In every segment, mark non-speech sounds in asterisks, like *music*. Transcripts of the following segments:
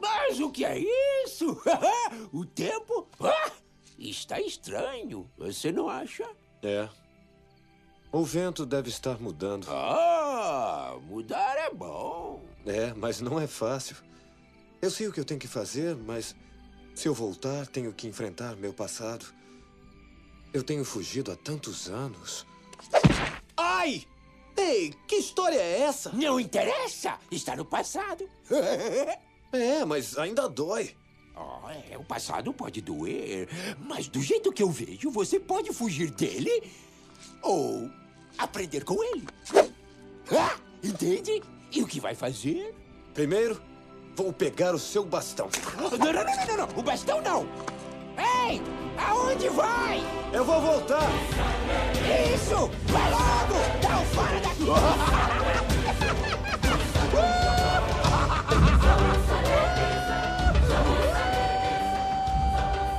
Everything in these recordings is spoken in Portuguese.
Mas o que é isso? *laughs* o tempo ah, está estranho. Você não acha? É. O vento deve estar mudando. Ah, mudar é bom. É, mas não é fácil. Eu sei o que eu tenho que fazer, mas se eu voltar, tenho que enfrentar meu passado. Eu tenho fugido há tantos anos. Ai! Ei, que história é essa? Não interessa. Está no passado. É, mas ainda dói. Ah, é, o passado pode doer, mas do jeito que eu vejo, você pode fugir dele ou aprender com ele. Ah, entende? E o que vai fazer? Primeiro, vou pegar o seu bastão. Não, Ah, não, não, não, não, não. o bastão não! Ei, aonde vai? Eu vou voltar! Isso! Vai logo! Dá um fora daqui!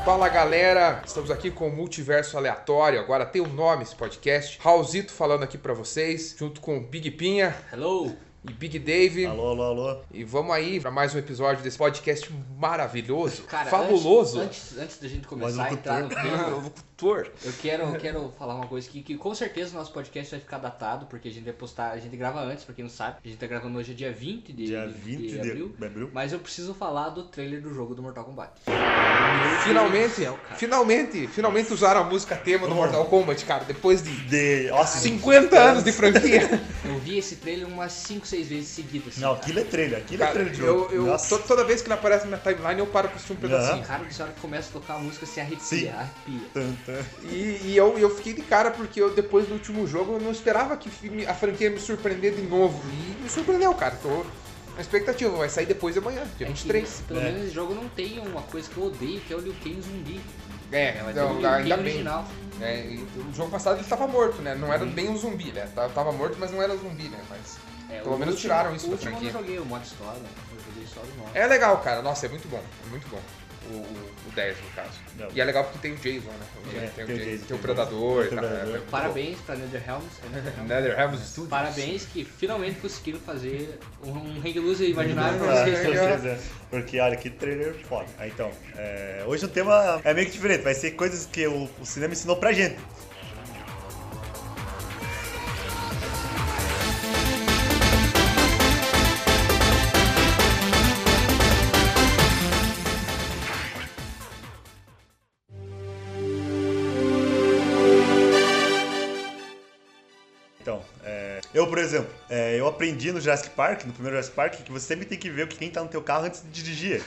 Fala galera, estamos aqui com o Multiverso Aleatório, agora tem um nome esse podcast. Raulzito falando aqui pra vocês, junto com o Big Pinha Hello! e Big Dave. Alô, alô, alô. E vamos aí pra mais um episódio desse podcast maravilhoso, Cara, fabuloso. Antes, antes, antes da gente Mas começar a o entrar no Ah, *laughs* tema, o locutor. eu quero, eu quero falar uma coisa que, que com certeza o nosso podcast vai ficar datado, porque a gente vai postar, a gente grava antes, pra quem não sabe. A gente tá gravando hoje é dia 20 de, Dia de- 20 de abril. abril. Mas eu preciso falar do trailer do jogo do Mortal Kombat. Finalmente, Meu Deus do céu, cara. finalmente, finalmente usaram a música tema do Mortal Kombat, cara, depois de De... Nossa, 50 anos de franquia. Eu vi esse trailer umas 5, 6 vezes seguidas. assim, Não, cara. aquilo é trailer, aquilo é Cara, trailer de eu, jogo. eu- Nossa. to- toda vez que ele aparece na minha timeline, eu paro pra assistir um pedacinho. Aham. Assim, Cara, que hora que começa a tocar a música, se arrepia, Sim. arrepia. Tan, tan. E, e eu, eu fiquei de cara porque eu, depois do último jogo eu não esperava que fi- a franquia me surpreender de novo. E me surpreendeu, cara. Tô na expectativa, vai sair depois de amanhã, dia É que, 23. pelo É. menos esse jogo não tem uma coisa que eu odeio, que é o Liu Kang zumbi. É, Vai ter o então, Liu ainda Kang bem. original. É, e o jogo passado ele tava morto, né? Não era bem um zumbi, né? Tava, tava morto, mas não era zumbi, né? Mas É, pelo o menos último- tiraram isso o da último franquia. Eu não joguei o modo história, né? eu joguei só do modo. É legal, cara. Nossa, é muito bom. É muito bom. O, o, o 10, no caso. Não. E é legal porque tem o Jason, né? O- tem, É, o tem o Jason, Jason, tem o tem o Predador. Jason, cara, tem o é né? Predador. muito Parabéns pra NetherRealms. é bom. *laughs* NetherRealms. NetherRealm Studios. Parabéns que finalmente conseguiram fazer um, um Hang Loose imaginário. Ah, Nossa, com que certeza. Porque, olha, que trailer foda. Ah, Então, é, hoje o tema é meio que diferente. Vai ser coisas que o, o cinema ensinou pra gente. Então, é, eu, por exemplo, é, eu aprendi no Jurassic Park, no primeiro Jurassic Park, que você sempre tem que ver o que quem tá no teu carro antes de dirigir.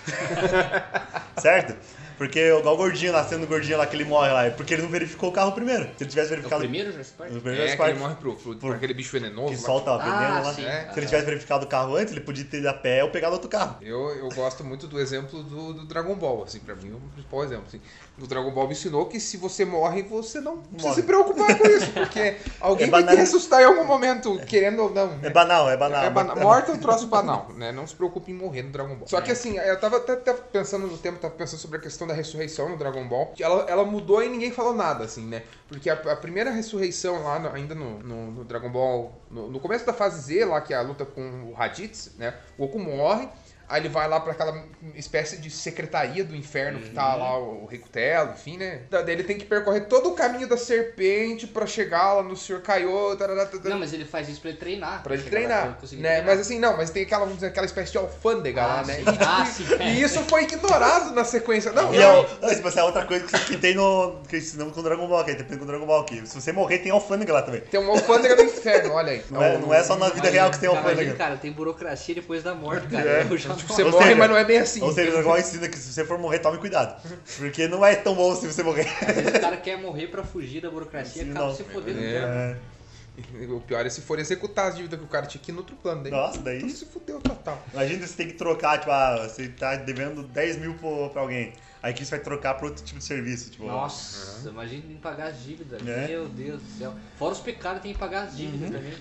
certo? Porque igual o gordinho lá, sendo gordinho lá que ele morre lá, é porque ele não verificou o carro primeiro. Se ele tivesse É o verificado primeiro Jurassic Park? no primeiro É, Jurassic que ele Park, morre pro, pro, Por- aquele bicho venenoso. que lá, solta a veneno Ah, lá. sim. É. Se ele tivesse verificado o carro antes, ele podia ter ido a pé ou pegado outro carro. Eu, eu gosto muito do exemplo do, do Dragon Ball, assim, pra mim é o principal exemplo. Assim. O Dragon Ball me ensinou que se você morre, você não precisa Morre. se preocupar com isso, *laughs* porque alguém É vai te banal. ressuscitar em algum momento, querendo ou não. É né? banal, é banal. É bana- Morte é um troço banal, né? Não se preocupe em morrer no Dragon Ball. Só que assim, eu tava até, até pensando no tempo, tava pensando sobre a questão da ressurreição no Dragon Ball. que Ela, ela mudou e ninguém falou nada, assim, né? Porque a, a primeira ressurreição lá, no- ainda no, no- no Dragon Ball, no, no começo da fase Z, lá que é a luta com o Raditz, né? O Goku morre. Aí ele vai lá pra aquela espécie de secretaria do inferno que tá lá o o Ricutelo, enfim, né? Da- Daí ele tem que percorrer todo o caminho da serpente pra chegar lá no Sr. Kaiô. tarará, tarará. Não, mas ele faz isso pra ele treinar. Pra ele chegar lá, treinar, ele conseguir né? treinar. Mas assim, não, mas tem aquela, vamos dizer, aquela espécie de alfândega Ah, lá, né? sim. E, Ah, sim. e isso foi ignorado na sequência. Não, *laughs* E não, é, o- não, isso vai ser outra coisa que, que tem no. que ensinamos com o Dragon Ball, que aí tem com o Dragon Ball aqui. Se você morrer, tem alfândega lá também. tem uma alfândega do inferno, olha aí. Não é, não é só na vida real que tem Cara, alfândega. imagina, cara, tem burocracia depois da morte, cara. É. Eu já não- Você Ou morre, seja- mas não é bem assim. Ou seja, o Dragon Ball ensina que se você for morrer, tome cuidado. Porque não é tão bom se você morrer. *laughs* Às vezes o cara quer morrer pra fugir *laughs* da burocracia e Sim, acaba não. se fodendo. É. É, O pior é se for executar as dívidas que o cara tinha aqui no outro plano. Daí, É. Nossa, daí- Tudo se fudeu total. Imagina você tem que trocar, tipo, ah, você tá devendo 10 mil pro- pra alguém. Aí que você vai trocar pra outro tipo de serviço, É, tipo. Nossa, imagina em pagar as dívidas. É. Meu Deus do céu. Fora os pecados, tem que pagar as Uhum. dívidas também.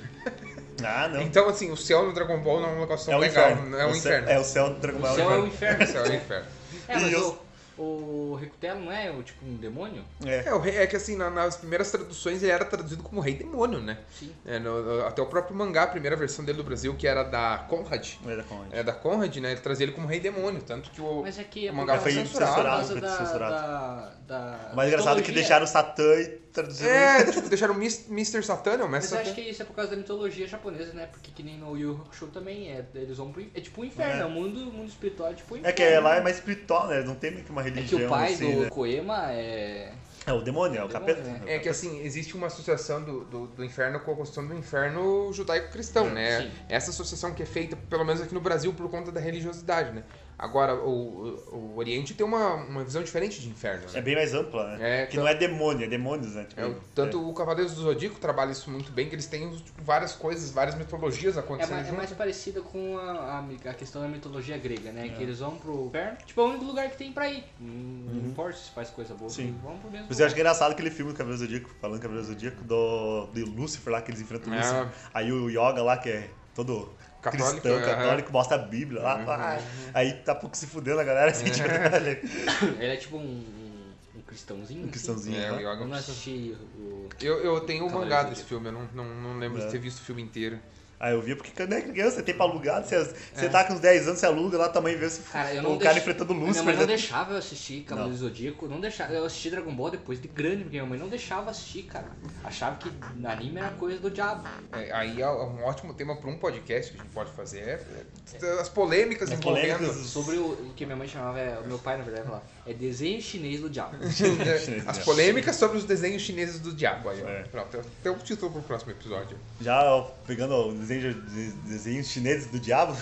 Ah, não. Então, assim, o céu no Dragon Ball não é um negócio é tão o legal. inferno. É um o céu- inferno. É o céu do Dragon O Ball. céu é o inferno. inferno. O céu é um inferno. É, mas E o, o Vicutelo não é o, tipo um demônio? É. É, o rei, é que assim, na- nas primeiras traduções ele era traduzido como Rei Demônio, né? Sim. É, no- no- até o próprio mangá, a primeira versão dele do Brasil, que era da Conrad, Não era com ele. é da Conrad, né? Ele trazia ele como Rei Demônio, tanto que o... Mas é que O mangá por causa- foi por causa censurado, da- censurado. da- da O mais engraçado é que mitologia. deixaram o Satã e traduziram. É, tipo, deixaram o Mis- Mr. Satan, né? O Mas Mestre eu acho Satan. que isso é por causa da mitologia japonesa, né? Porque que nem no Yu Yu Hakusho também é. Eles vão pro. in- É tipo um inferno, É. é um mundo, mundo espiritual, é tipo um É inferno. que lá é mais espiritual, né? Não tem meio que uma É religião. que o pai assim, do né? Koema é. É o demônio, é o Demônio, capeta. né? né? É que assim, existe uma associação do, do, do inferno com a questão do inferno judaico-cristão, né? sim. Essa associação que é feita, pelo menos aqui no Brasil, por conta da religiosidade, né? Agora, o, o, o Oriente tem uma, uma visão diferente de inferno, É né? bem mais ampla, né? É, que então- não é demônio, é demônios, né? Tipo, É, o- tanto o Cavaleiros do Zodíaco trabalha isso muito bem, que eles têm tipo, várias coisas, várias mitologias É acontecendo mais, é junto. mais parecida com a, a- a questão da mitologia grega, né? Que eles vão pro inferno. Tipo, é o único lugar que tem pra ir. Não não importa se faz coisa boa. Uhum. Sim. eles Vão pro mesmo Mas eu lugar. acho é engraçado aquele filme do Cabelo Zodíaco, falando do Cabelo Zodíaco, do, do Lúcifer lá, que eles enfrentam o É. Lúcifer. Aí o Yoga lá, que é todo Católico, Uhum. cristão, é. católico, mostra a Bíblia lá. pá. Aí tá pouco se fudendo a galera, *laughs* assim, tipo, olha, Ele é tipo um, um- um cristãozinho. um cristãozinho. É, o né? Assim. Eu Yoga. não assisti o. Eu, eu tenho o Cavaleiros mangá do desse filme, eu não, não, não lembro É. de ter visto o filme inteiro. Aí eu via, porque quando é criança, você tem pra alugar, você, É. você tá com uns 10 anos, você aluga lá, também vê se Cara, eu o não cara deix- enfrentando o Minha Lúcifer. mãe não né? deixava eu assistir Cavaleiro do Zodíaco, não deixava, eu assisti Dragon Ball depois de grande, porque minha mãe não deixava assistir, cara. Achava que anime era coisa do diabo. É, aí é um ótimo tema pra um podcast que a gente pode fazer. é- é as polêmicas As envolvendo. polêmicas *laughs* Sobre o, o que minha mãe chamava, é, o meu pai na verdade falava, é desenho chinês do *laughs* diabo. é, As polêmicas sobre os desenhos chineses do diabo. Aí, ó. né? É. Pronto, tem um título pro próximo episódio. Já ó, pegando o desenho, de- desenhos chineses do *laughs* diabo,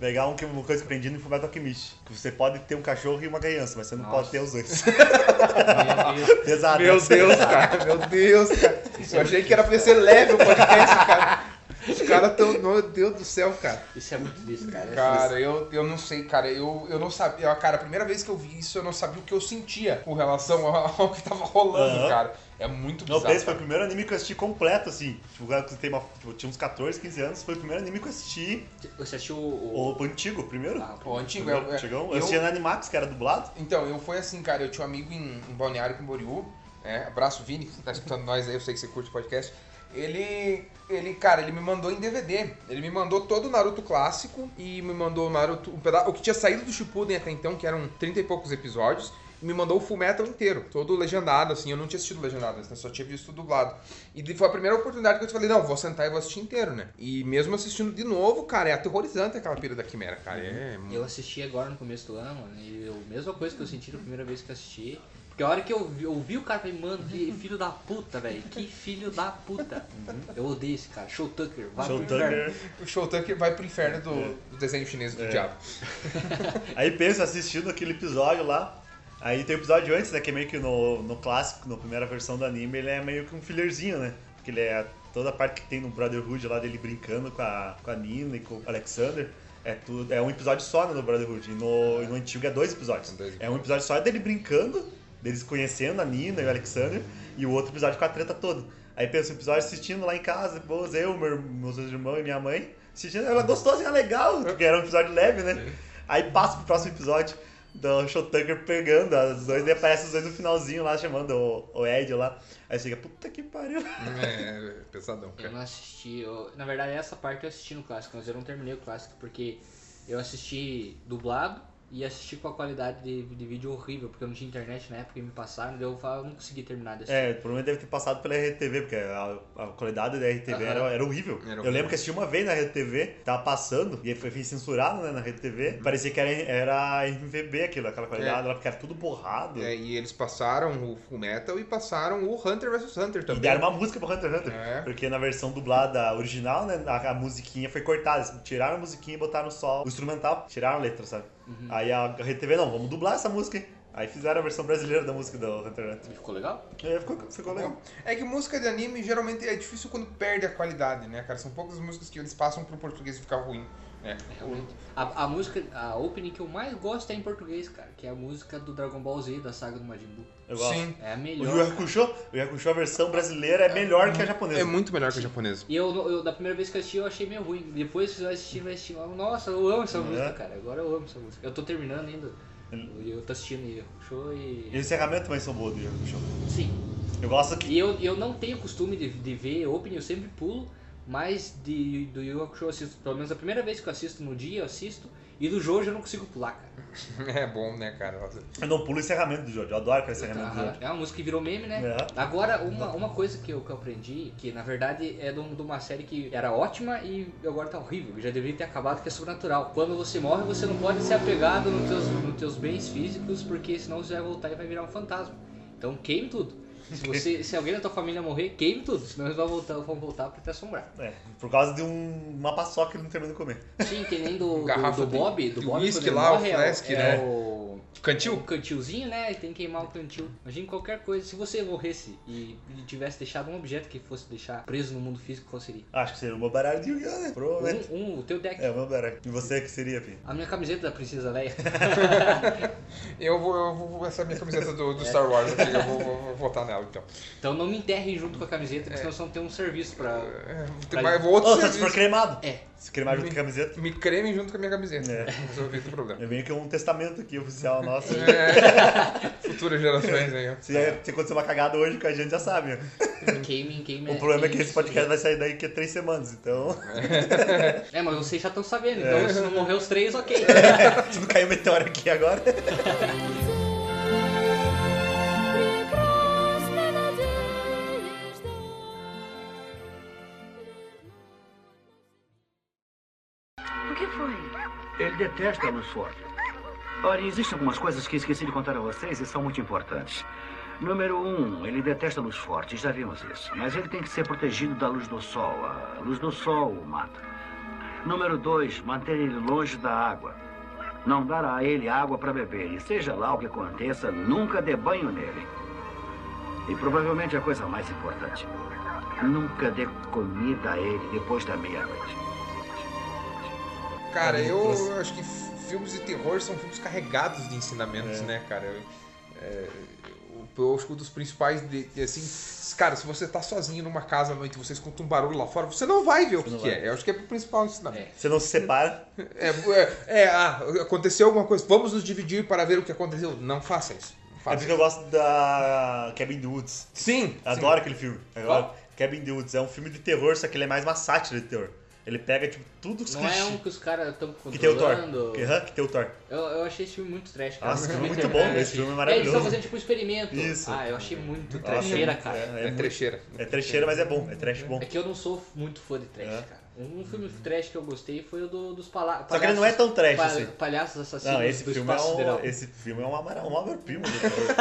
pegar um que- uma coisa que eu aprendi no Fullmetal Alchemist. Que você pode ter um cachorro e uma criança, mas você não Nossa. pode ter os dois. *laughs* Meu Deus. Pesado. Meu né? Deus, cara, *laughs* meu Deus, cara. Eu achei que era pra ser leve o podcast, cara. Os caras tão. Meu Deus do céu, cara. Isso é muito triste, cara. Cara, eu, eu não sei, cara. Eu, eu não sabia. Cara, a primeira vez que eu vi isso, eu não sabia o que eu sentia com relação ao, ao que tava rolando, Aham. cara. É muito Não, bizarro. pensa, foi o cara. primeiro anime que eu assisti completo, assim. Tipo, eu tenho uma- tipo, eu tinha uns 14, 15 anos, foi o primeiro anime que eu assisti. Você assistiu o... o... O antigo, o primeiro. Ah, Pô, antigo, é Primeiro, eu, eu, antigão. Eu assistia na Animax, que era dublado. Então, eu fui assim, cara, eu tinha um amigo em, em Balneário Camboriú, né? Abraço, Vini, que tá escutando nós aí, eu sei que você curte podcast. Ele, ele, cara, ele me mandou em DVD. Ele me mandou todo o Naruto clássico e me mandou o Naruto, um peda- o que tinha saído do Shippuden até então, que eram 30 e poucos episódios. E me mandou o Full Metal inteiro, todo legendado, assim. Eu não tinha assistido legendado, eu só tinha visto dublado. E de- foi a primeira oportunidade que eu te falei, não, vou sentar e vou assistir inteiro, né? E mesmo assistindo de novo, cara, é aterrorizante aquela pira da quimera, cara. É muito. Eu assisti agora no começo do ano, mano, e eu, mesma coisa que eu senti na primeira vez que eu assisti. Porque a hora que eu vi, eu vi o cara, eu falei, mano, que filho da puta, velho, que filho da puta. Eu odeio esse cara, Show Tucker, vai Uhum. Show pro inferno. Tucker. O Showtanker vai pro inferno do, É. do desenho chinês do diabo. *laughs* Aí pensa assistindo aquele episódio lá. Aí tem o episódio antes, né? Que é meio que no, no clássico, na primeira versão do anime, ele é meio que um fillerzinho, né? Porque ele é toda a parte que tem no Brotherhood lá dele brincando com a, com a Nina e com o Alexander. É, tudo, é um episódio só né, no Brotherhood. E no, e no antigo é dois episódios. São dois É um episódio só dele brincando, deles conhecendo a Nina e o Alexander, e o outro episódio com a treta toda. Aí pensa o episódio assistindo lá em casa, boas, eu, meu, meus dois irmãos e minha mãe, assistindo, ela gostou, assim, ah, legal, porque era um episódio leve, né? Aí passa pro próximo episódio do Showtanker pegando as dois, e aparece os dois no finalzinho lá, chamando o, o Ed lá. Aí você fica, puta que pariu. É, é pesadão, Eu cara. não assisti. eu- Na verdade, essa parte eu assisti no clássico, mas eu não terminei o clássico porque eu assisti dublado e assisti com a qualidade de, de vídeo horrível, porque eu não tinha internet na época e me passaram, daí eu, falo, eu não consegui terminar desse. É, provavelmente deve ter passado pela RTV, porque a, a qualidade da RTV era, Aham. era horrível. Era Eu horrível. lembro que assisti uma vez na RTV, tava passando, e aí foi, foi censurado né, na RTV. Uhum. Parecia que era, era MVB aquilo, aquela qualidade lá, porque era tudo borrado. É, e eles passaram o Full Metal e passaram o Hunter vs Hunter E também. deram uma música pro Hunter x Hunter. É. Porque na versão dublada original, né, a, a musiquinha foi cortada. Eles tiraram a musiquinha e botaram só o instrumental. Tiraram a letra, sabe? Uhum. Aí a RTV, não, vamos dublar essa música. hein? Aí fizeram a versão brasileira da música do Hunter x Hunter. E ficou legal? E aí ficou, ficou legal. É que música de anime geralmente é difícil quando perde a qualidade, né, cara? São poucas músicas que eles passam pro português ficar ruim. né? É. Realmente. A, a música, a opening que eu mais gosto é em português, cara, que é a música do Dragon Ball Z, da saga do Majin Buu. Eu gosto. Sim. É a O Yu melhor. Hakusho, o Yu Hakusho, a versão brasileira é melhor que a japonesa. É muito melhor que o japonês. E eu, eu- da primeira vez que eu assisti, eu achei meio ruim. Depois que eu assisti, vai assistir. eu- Nossa, eu amo essa música, cara. Agora eu amo essa música. Eu tô terminando ainda. E eu tô assistindo e o show E o e. encerramento também sou boa do Yoko Show. Sim. Eu gosto que. E eu, eu não tenho costume de, de ver opening, eu sempre pulo, mas de, do Yu Yu Hakusho eu assisto, pelo menos a primeira vez que eu assisto no dia, eu assisto, e do Jojo eu não consigo pular, cara. *laughs* É bom, né, cara? Nossa. Eu não pulo o encerramento do Jojo. Eu adoro aquele encerramento do Jojo. É uma música que virou meme, né? É. Agora, uma, uma coisa que eu, que eu aprendi, que na verdade é de, um- de uma série que era ótima e agora tá horrível, que já deveria ter acabado, que é sobrenatural. Quando você morre, você não pode ser apegado nos teus, nos teus bens físicos, porque senão você vai voltar e vai virar um fantasma. Então queime tudo. Se, você, se alguém da tua família morrer, queime tudo, senão eles vão voltar, vão voltar pra te assombrar. É, por causa de um, uma paçoca que ele não terminou de comer. Sim, que nem do, do, Garrafa do de- Bob, do de Bob whisky quando ele lá, o morre, é flask, é né? o- o Cantil? cantilzinho, né? E tem que queimar o cantil. Imagina qualquer coisa. Se você morresse e e tivesse deixado um objeto que fosse deixar preso no mundo físico, qual seria? Ah, Acho que seria o meu baralho de Yu-Gi-Oh! né? Provavelmente. Um, um, o teu deck. É, o meu baralho. E você que seria, Pi? A minha camiseta da Princesa *laughs* Leia. Eu vou, eu vou essa é a minha camiseta do, *laughs* do Star Wars aqui, eu vou, vou, vou votar nela então. Então não me enterrem junto com a camiseta, porque senão você não tem um serviço pra. É, tem Pra- mais, vou outro Ô, só se for serviço. cremado. É. Se cremar junto com a camiseta. Me creme junto com a minha camiseta. É. Resolvido o problema. Eu venho aqui um testamento aqui oficial nosso. Uhum. É. *laughs* Futuras gerações né? aí, ó. Se, é, se acontecer uma cagada hoje com a gente, já sabe. né? Queimem, *laughs* queimem. O problema é que esse isso. podcast vai sair daí que é três semanas, então. É, mas vocês já estão sabendo. Então se não morrer os *laughs* três, ok. Se não tipo, caiu um meteoro aqui agora. прекрасной надеждой. O que foi? Ele detesta nos forte. Ora, existem algumas coisas que esqueci de contar a vocês e são muito importantes. Número um, ele detesta luz forte, já vimos isso. Mas ele tem que ser protegido da luz do sol. A luz do sol o mata. Número dois, manter ele longe da água. Não dar a ele água para beber. E seja lá o que aconteça, nunca dê banho nele. E provavelmente a coisa mais importante: nunca dê comida a ele depois da meia-noite. Cara, eu, Nicolas. eu acho que f- filmes de terror são filmes carregados de ensinamentos, né, cara? Eu, é, eu- eu acho que um dos principais, de, de, assim, cara, se você tá sozinho numa casa à noite e você escuta um barulho lá fora, você não vai ver o que, não que vai. é. Eu acho que é o principal ensinamento. Você não se separa. É, é, é, ah, aconteceu alguma coisa, vamos nos dividir para ver o que aconteceu. Não faça isso. Não É faça isso. porque eu gosto da Cabin Dudes. Sim, É Adoro aquele filme. Agora, Cabin Dudes é um filme de terror, só que ele é mais uma sátira de terror. Ele pega, tipo, tudo os Não é um clichês que os caras estão que tem o Thor. controlando. Que, aham, que tem o Thor. Eu, eu achei esse um filme muito trash, cara. Nossa, esse filme é Muito muito bom, trash. esse filme é É, eles estão maravilhoso. fazendo tipo um experimento. Isso. Ah, eu achei muito trecheira, cara. É, sim. é, É muito- trecheira. é trecheira, mas é bom. É trash bom. É que eu não sou muito fã de trash, É. cara. Um filme trash que eu gostei foi o do, dos pala palhaços. Só que ele não é tão trash pal- assim. Palhaços assassinos Não, esse do filme, é espaço sideral. um, esse filme é uma, mara- uma obra-prima do *laughs* terror.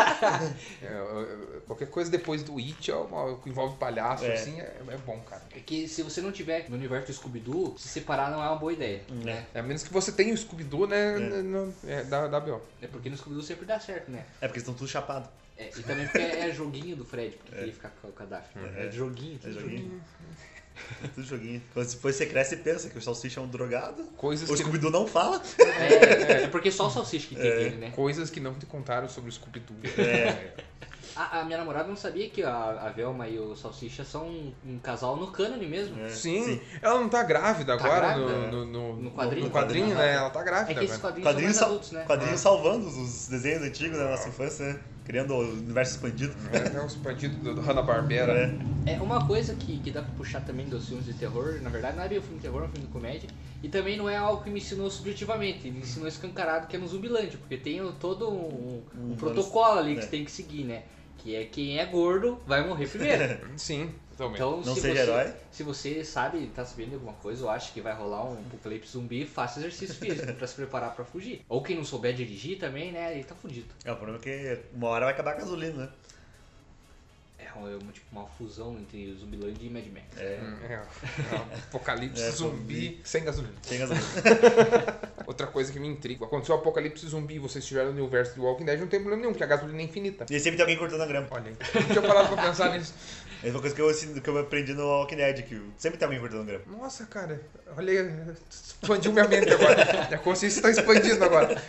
É, é, é, qualquer coisa depois do It, é uma- que envolve palhaço, É. assim, é, é bom, cara. É que se você não tiver no universo do Scooby-Doo, se separar não é uma boa ideia. né? É, a menos que você tenha o Scooby-Doo, né? É. no- é, da, da BO. É porque no Scooby-Doo sempre dá certo, né? É porque eles estão tudo chapados. É, e também porque é joguinho do Fred, *laughs* porque ele fica com o cadáver. É, joguinho, É tudo joguinho. joguinho. É tudo joguinho. Quando depois você cresce e pensa que o Salsicha é um drogado. Coisas O que, Scooby-Doo não fala. É, é porque só o Salsicha que tem É. ele, né? coisas que não te contaram sobre o Scooby-Doo. A, a minha namorada não sabia que a, a Velma e o Salsicha são um, um casal no cânone mesmo. *laughs* É. Sim, ela não tá grávida Tá agora grávida? no, no, no, No quadrinho? no quadrinho, né? Ela tá É grávida que esses agora. quadrinhos Quadrinho, são mais sal- adultos, né? quadrinho salvando os, os desenhos antigos da nossa infância, né? Criando o universo expandido. É, é os bandidos do, do Hanna-Barbera. É. É uma coisa que, que dá pra puxar também dos filmes de terror, na verdade não é bem um filme de terror, é um filme de comédia, e também não é algo que me ensinou subjetivamente, me ensinou escancarado que é no Zumbilândia, porque tem o- todo um, um Um protocolo ali que é. você tem que seguir, né? Que é quem é gordo vai morrer *laughs* primeiro. É. Sim, também. Então, Não se seja você, herói. se você sabe, tá sabendo de alguma coisa ou acha que vai rolar um apocalipse zumbi, faça exercício físico pra se preparar pra fugir. Ou quem não souber dirigir também, né? Ele tá fudido. É, o problema é que uma hora vai acabar a gasolina, né? É um- tipo uma fusão entre Zumbilândia e Mad Max. É, é um apocalipse É, zumbi sem gasolina. Sem gasolina. Outra coisa que me intriga. Aconteceu o apocalipse zumbi e vocês estiveram no universo do Walking Dead, não tem problema nenhum, porque a gasolina é infinita. E aí sempre tem alguém cortando a grama. Olha, aí, não tinha parado pra pensar nisso. É uma coisa que eu, ensino- que eu aprendi no Walking Dead, que sempre tem alguém cortando grama. Nossa, cara, olha, expandiu minha mente agora. Minha consciência tá expandindo agora.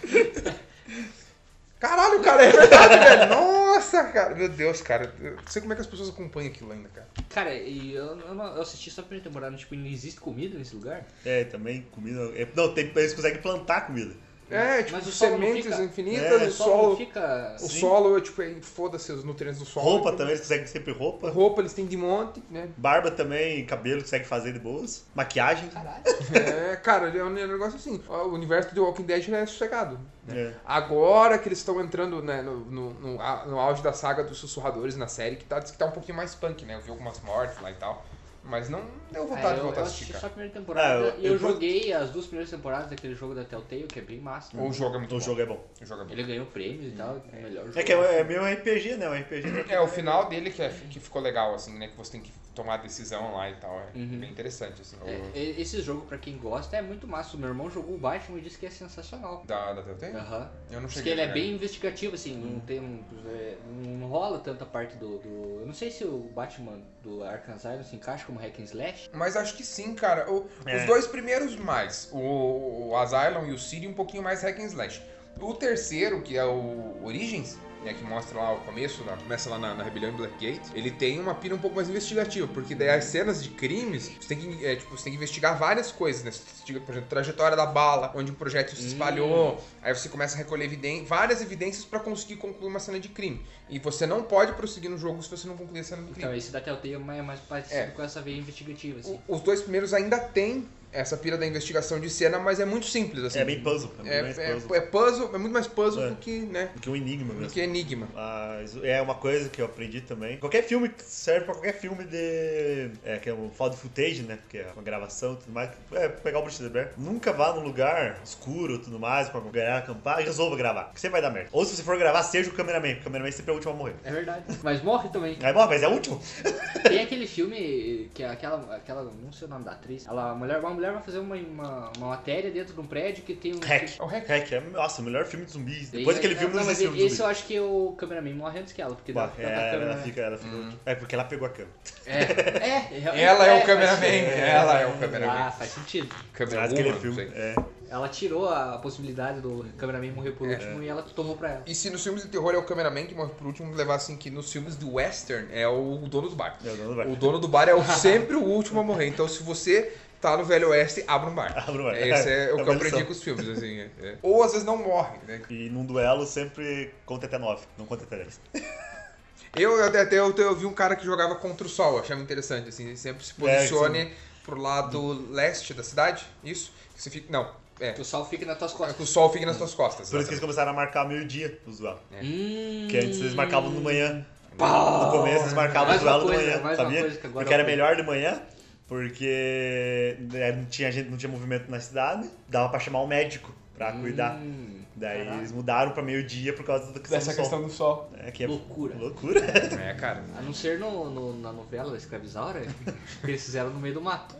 Caralho, cara, é verdade, velho. Nossa, cara. Meu Deus, cara. Eu não sei como é que as pessoas acompanham aquilo ainda, cara. Cara, e eu, eu não- eu assisti só a primeira temporada, tipo, não existe comida nesse lugar? É, também comida. é- não, tem, eles conseguem plantar comida. É, tipo, Mas o solo não sementes fica- infinitas, É, o O solo não solo. fica. O solo é tipo, é, foda-se os nutrientes do solo. assim? Roupa também, eles conseguem sempre roupa. Roupa eles têm de monte, né? Barba também, cabelo consegue fazer de boas. Maquiagem. É, cara, é um negócio assim. O universo de Walking Dead já é sossegado. né? É. Agora que eles estão entrando né, no, no, no, a- no auge da saga dos sussurradores na série, que tá, diz que tá um pouquinho mais punk, né? Eu vi algumas mortes lá e tal. Mas não deu É, vontade de eu, voltar eu a assisti assistir, cara. É, só a primeira temporada Ah, eu- e eu, eu- joguei as duas primeiras temporadas daquele jogo da Telltale, que é bem massa. Ou o Hum, jogo é muito O bom. jogo é bom. O jogo é bom. Ele ganhou prêmios e tal, é o melhor jogo. É que é, é meio RPG, né? Um RPG. É, o final dele que, é- que ficou legal, assim, né? Que você tem que tomar a decisão lá e tal. É Uhum. bem interessante, assim. É, O, e- esse jogo, pra quem gosta, é muito massa. O meu irmão jogou o Batman e disse que é sensacional. da, da Telltale? Aham. Eu não Diz cheguei que ele a é jogar. Hum. bem investigativo, assim, não tem um- é, não rola tanta parte do, do- Eu não sei se o Batman do Arkham Asylum se encaixa como hack and slash. Mas acho que sim, cara. O- É. Os dois primeiros mais. O, o Asylum e o City um pouquinho mais hack and slash. O terceiro, que é o Origins, né, que mostra lá o começo, na- começa lá na, na Rebelião em Blackgate, ele tem uma pira um pouco mais investigativa, porque daí as cenas de crimes, você tem que, é, tipo, você tem que investigar várias coisas, né? Você investiga, por exemplo, a trajetória da bala, onde o projétil se espalhou, aí você começa a recolher eviden- várias evidências pra conseguir concluir uma cena de crime. E você não pode prosseguir no jogo se você não concluir a cena do crime. Então, esse da Telltale é mais mais parecido É. com essa veia investigativa, assim. O- os dois primeiros ainda tem essa pira da investigação de cena, mas é muito simples, assim. É bem puzzle. É, É, bem mais é- puzzle. é puzzle, é muito mais puzzle É. do que, né, Do que um enigma do mesmo. que enigma. Mas é uma coisa que eu aprendi também. Qualquer filme que serve pra qualquer filme de. É, que é um found footage, né? Porque é uma gravação e tudo mais. É, pegar o Bruce de Blair. Nunca vá num lugar escuro e tudo mais pra ganhar, acampar e resolva gravar. Porque sempre vai dar merda. Ou se você for gravar, seja o cameraman. Porque o cameraman sempre é o último a morrer. É verdade. Mas morre também. Aí, bom, mas é o último. *laughs* Tem aquele filme que é aquela, aquela, não sei o nome da atriz, ela, a mulher, uma mulher vai fazer uma, uma, uma matéria dentro de um prédio que tem um... Hack. É o hack. Hack é, nossa, o melhor filme de zumbis. Tem- um Depois daquele filme, não, não, mas existe filme de esse eu zumbis. acho que o cameraman morre antes que ela, porque Bah, da- da- da é, ela câmera- né? fica, ela fica. É porque ela pegou a câmera. É, é, é, Ela é, o faz cameraman, sentido. ela é o cameraman. Ah, faz sentido. Mas Cameraman, aquele não filme. sei. É. Ela tirou a possibilidade do cameraman morrer por último e ela tomou pra ela. E se nos filmes de terror é o cameraman que morre por último, levar assim que nos filmes de western é o dono do bar. É o dono do bar. O dono do bar é o- *laughs* sempre o último a morrer. Então se você tá no Velho Oeste, abra um bar. Abra um bar. Esse é, *laughs* É o uma que eu aprendi lição. com os filmes, assim. é, é. Ou às vezes não morre, né? E num duelo sempre conta até 9, não conta até 10. Eu até, até eu, eu vi um cara que jogava contra o sol, eu achava interessante, assim, ele sempre se posicione pro lado leste da cidade, isso? Que você fica. Não, é. Que o sol fica nas tuas Que costas. o sol fique nas suas costas. Por isso que exatamente. eles começaram a marcar meio-dia os duelos. Hum, Porque antes eles marcavam de manhã. No começo eles marcavam os Mais duelos de uma coisa, manhã, mais uma sabia? coisa que agora Porque era eu- melhor de manhã, porque né, não tinha gente, não tinha movimento na cidade, dava pra chamar o médico pra cuidar. Hum, Daí caraca. eles mudaram pra meio-dia por causa da questão Dessa do sol. questão do sol. É, que é Loucura. Loucura. *laughs* É, cara. A não ser no, no- na novela da Escravizaura, que eles fizeram no meio do mato.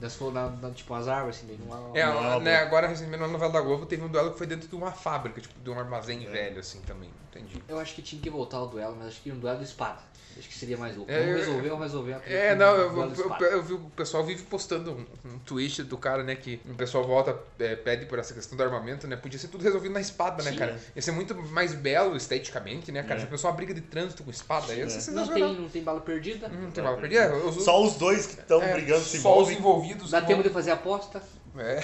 Das, na, na, tipo umas árvores, assim, daí numa... É, Não, né, agora recentemente na novela da Globo teve um duelo que foi dentro de uma fábrica, tipo, de um armazém velho, assim, também. Entendi. Eu acho que tinha que voltar ao duelo, mas acho que um duelo de espada. Acho que seria mais louco. É, Vamos eu- resolver, vamos resolver. até É, um não, eu, duelo de eu- espada. eu- eu vi o pessoal vive postando um, um tweet do cara, né, que o pessoal volta, é, pede por essa questão do armamento, né, podia ser tudo resolvido na espada, né, Sim. É. cara? Ia ser muito mais belo esteticamente, né, cara? Já pensou uma briga de trânsito com espada? Ia ser Não sensacional. tem, não tem bala perdida. Hum, Não tem mal a perder. É, os- Só os dois que estão é, brigando se só os envolvem envolvidos. Dá que tempo de vão- fazer aposta. É.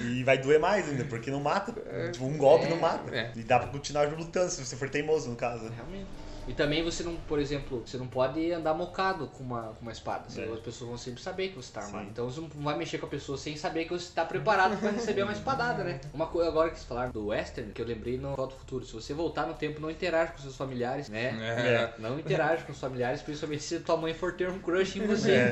e vai doer mais ainda, porque não mata. É. Tipo, Um golpe não mata. é. E dá pra continuar lutando se você for teimoso, no caso. Realmente. E também você não, por exemplo, você não pode andar mocado com uma, com uma espada. Senão É. As pessoas vão sempre saber que você tá armado. Sim. Então você não vai mexer com a pessoa sem saber que você tá preparado pra receber uma espadada, né? Uma coisa agora que vocês falaram do western, que eu lembrei no Volta ao Futuro. Se você voltar no tempo, não interage com seus familiares, né? É. Não interage com seus familiares, principalmente se tua mãe for ter um crush em você.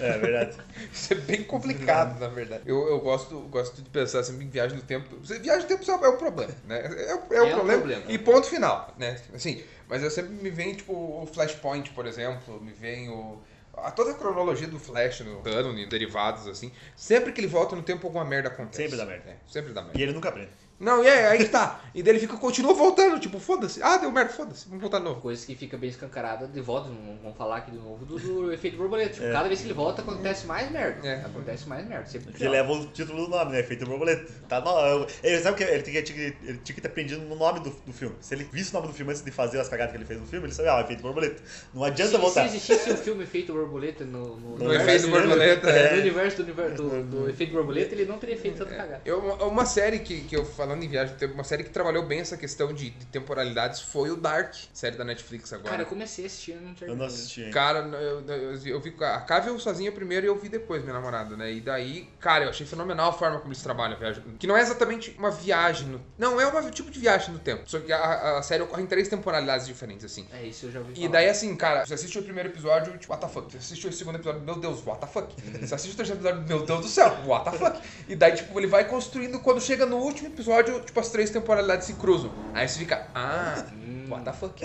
É, é verdade. Isso é bem complicado, na verdade. Eu, eu gosto, gosto de pensar sempre em viagem no tempo. Você- Viagem no tempo só é um problema, né? É, o- é É o um problema, problema. E ponto final, né? Assim, mas eu sempre me vem, tipo, o Flashpoint, por exemplo, me vem o. A toda a cronologia do Flash no canon e derivados, assim, sempre que ele volta no tempo, alguma merda acontece. Sempre dá merda. É, sempre dá merda. E ele nunca aprende. Não, e é, aí que tá. E daí ele fica, continua voltando, tipo, foda-se. Ah, deu merda, foda-se, vamos voltar de novo. Coisa que fica bem escancarada de volta, não vamos falar aqui de novo do, do efeito borboleta. É. Tipo, cada vez que ele volta acontece mais merda. É. Acontece mais merda. Sempre Ele leva o título do nome, né? Feito borboleta. Tá no... Ele sabe que ele tinha, tinha que- ele tinha que ter aprendido no nome do, do filme. Se ele visse o nome do filme antes de fazer as cagadas que ele fez no filme, ele sabia, ah, é feito borboleta. Não adianta se, se voltar. existisse um filme efeito borboleta no, no, No No universo- efeito borboleta. no é. Uhum. universo do, univer- do- do efeito borboleta, ele não teria feito tanto cagada. Eu, uma- uma série que, que eu, falando em viagem, do tempo, uma série que trabalhou bem essa questão de, de temporalidades foi o Dark, série da Netflix agora. Cara, é? eu comecei a assistir e não Eu terminei. não assisti ainda. Cara, eu, eu, eu vi a Cá viu sozinha primeiro e eu vi depois, minha namorada, né? E daí, cara, eu achei fenomenal a forma como eles trabalham a viagem. Que não é exatamente uma viagem no... Não, é um tipo de viagem no tempo. Só que a, a série ocorre em três temporalidades diferentes, assim. É isso, eu já ouvi E falar. daí, assim, cara, você assiste o primeiro episódio, tipo, what the fuck. Você assiste o segundo episódio, meu Deus, what the fuck. Uhum. Você assiste o terceiro episódio, meu Deus do céu, what the fuck. E daí, tipo, ele vai construindo, quando chega no último episódio, tipo, as três temporalidades se cruzam. Aí você fica, ah, Hum. what the fuck.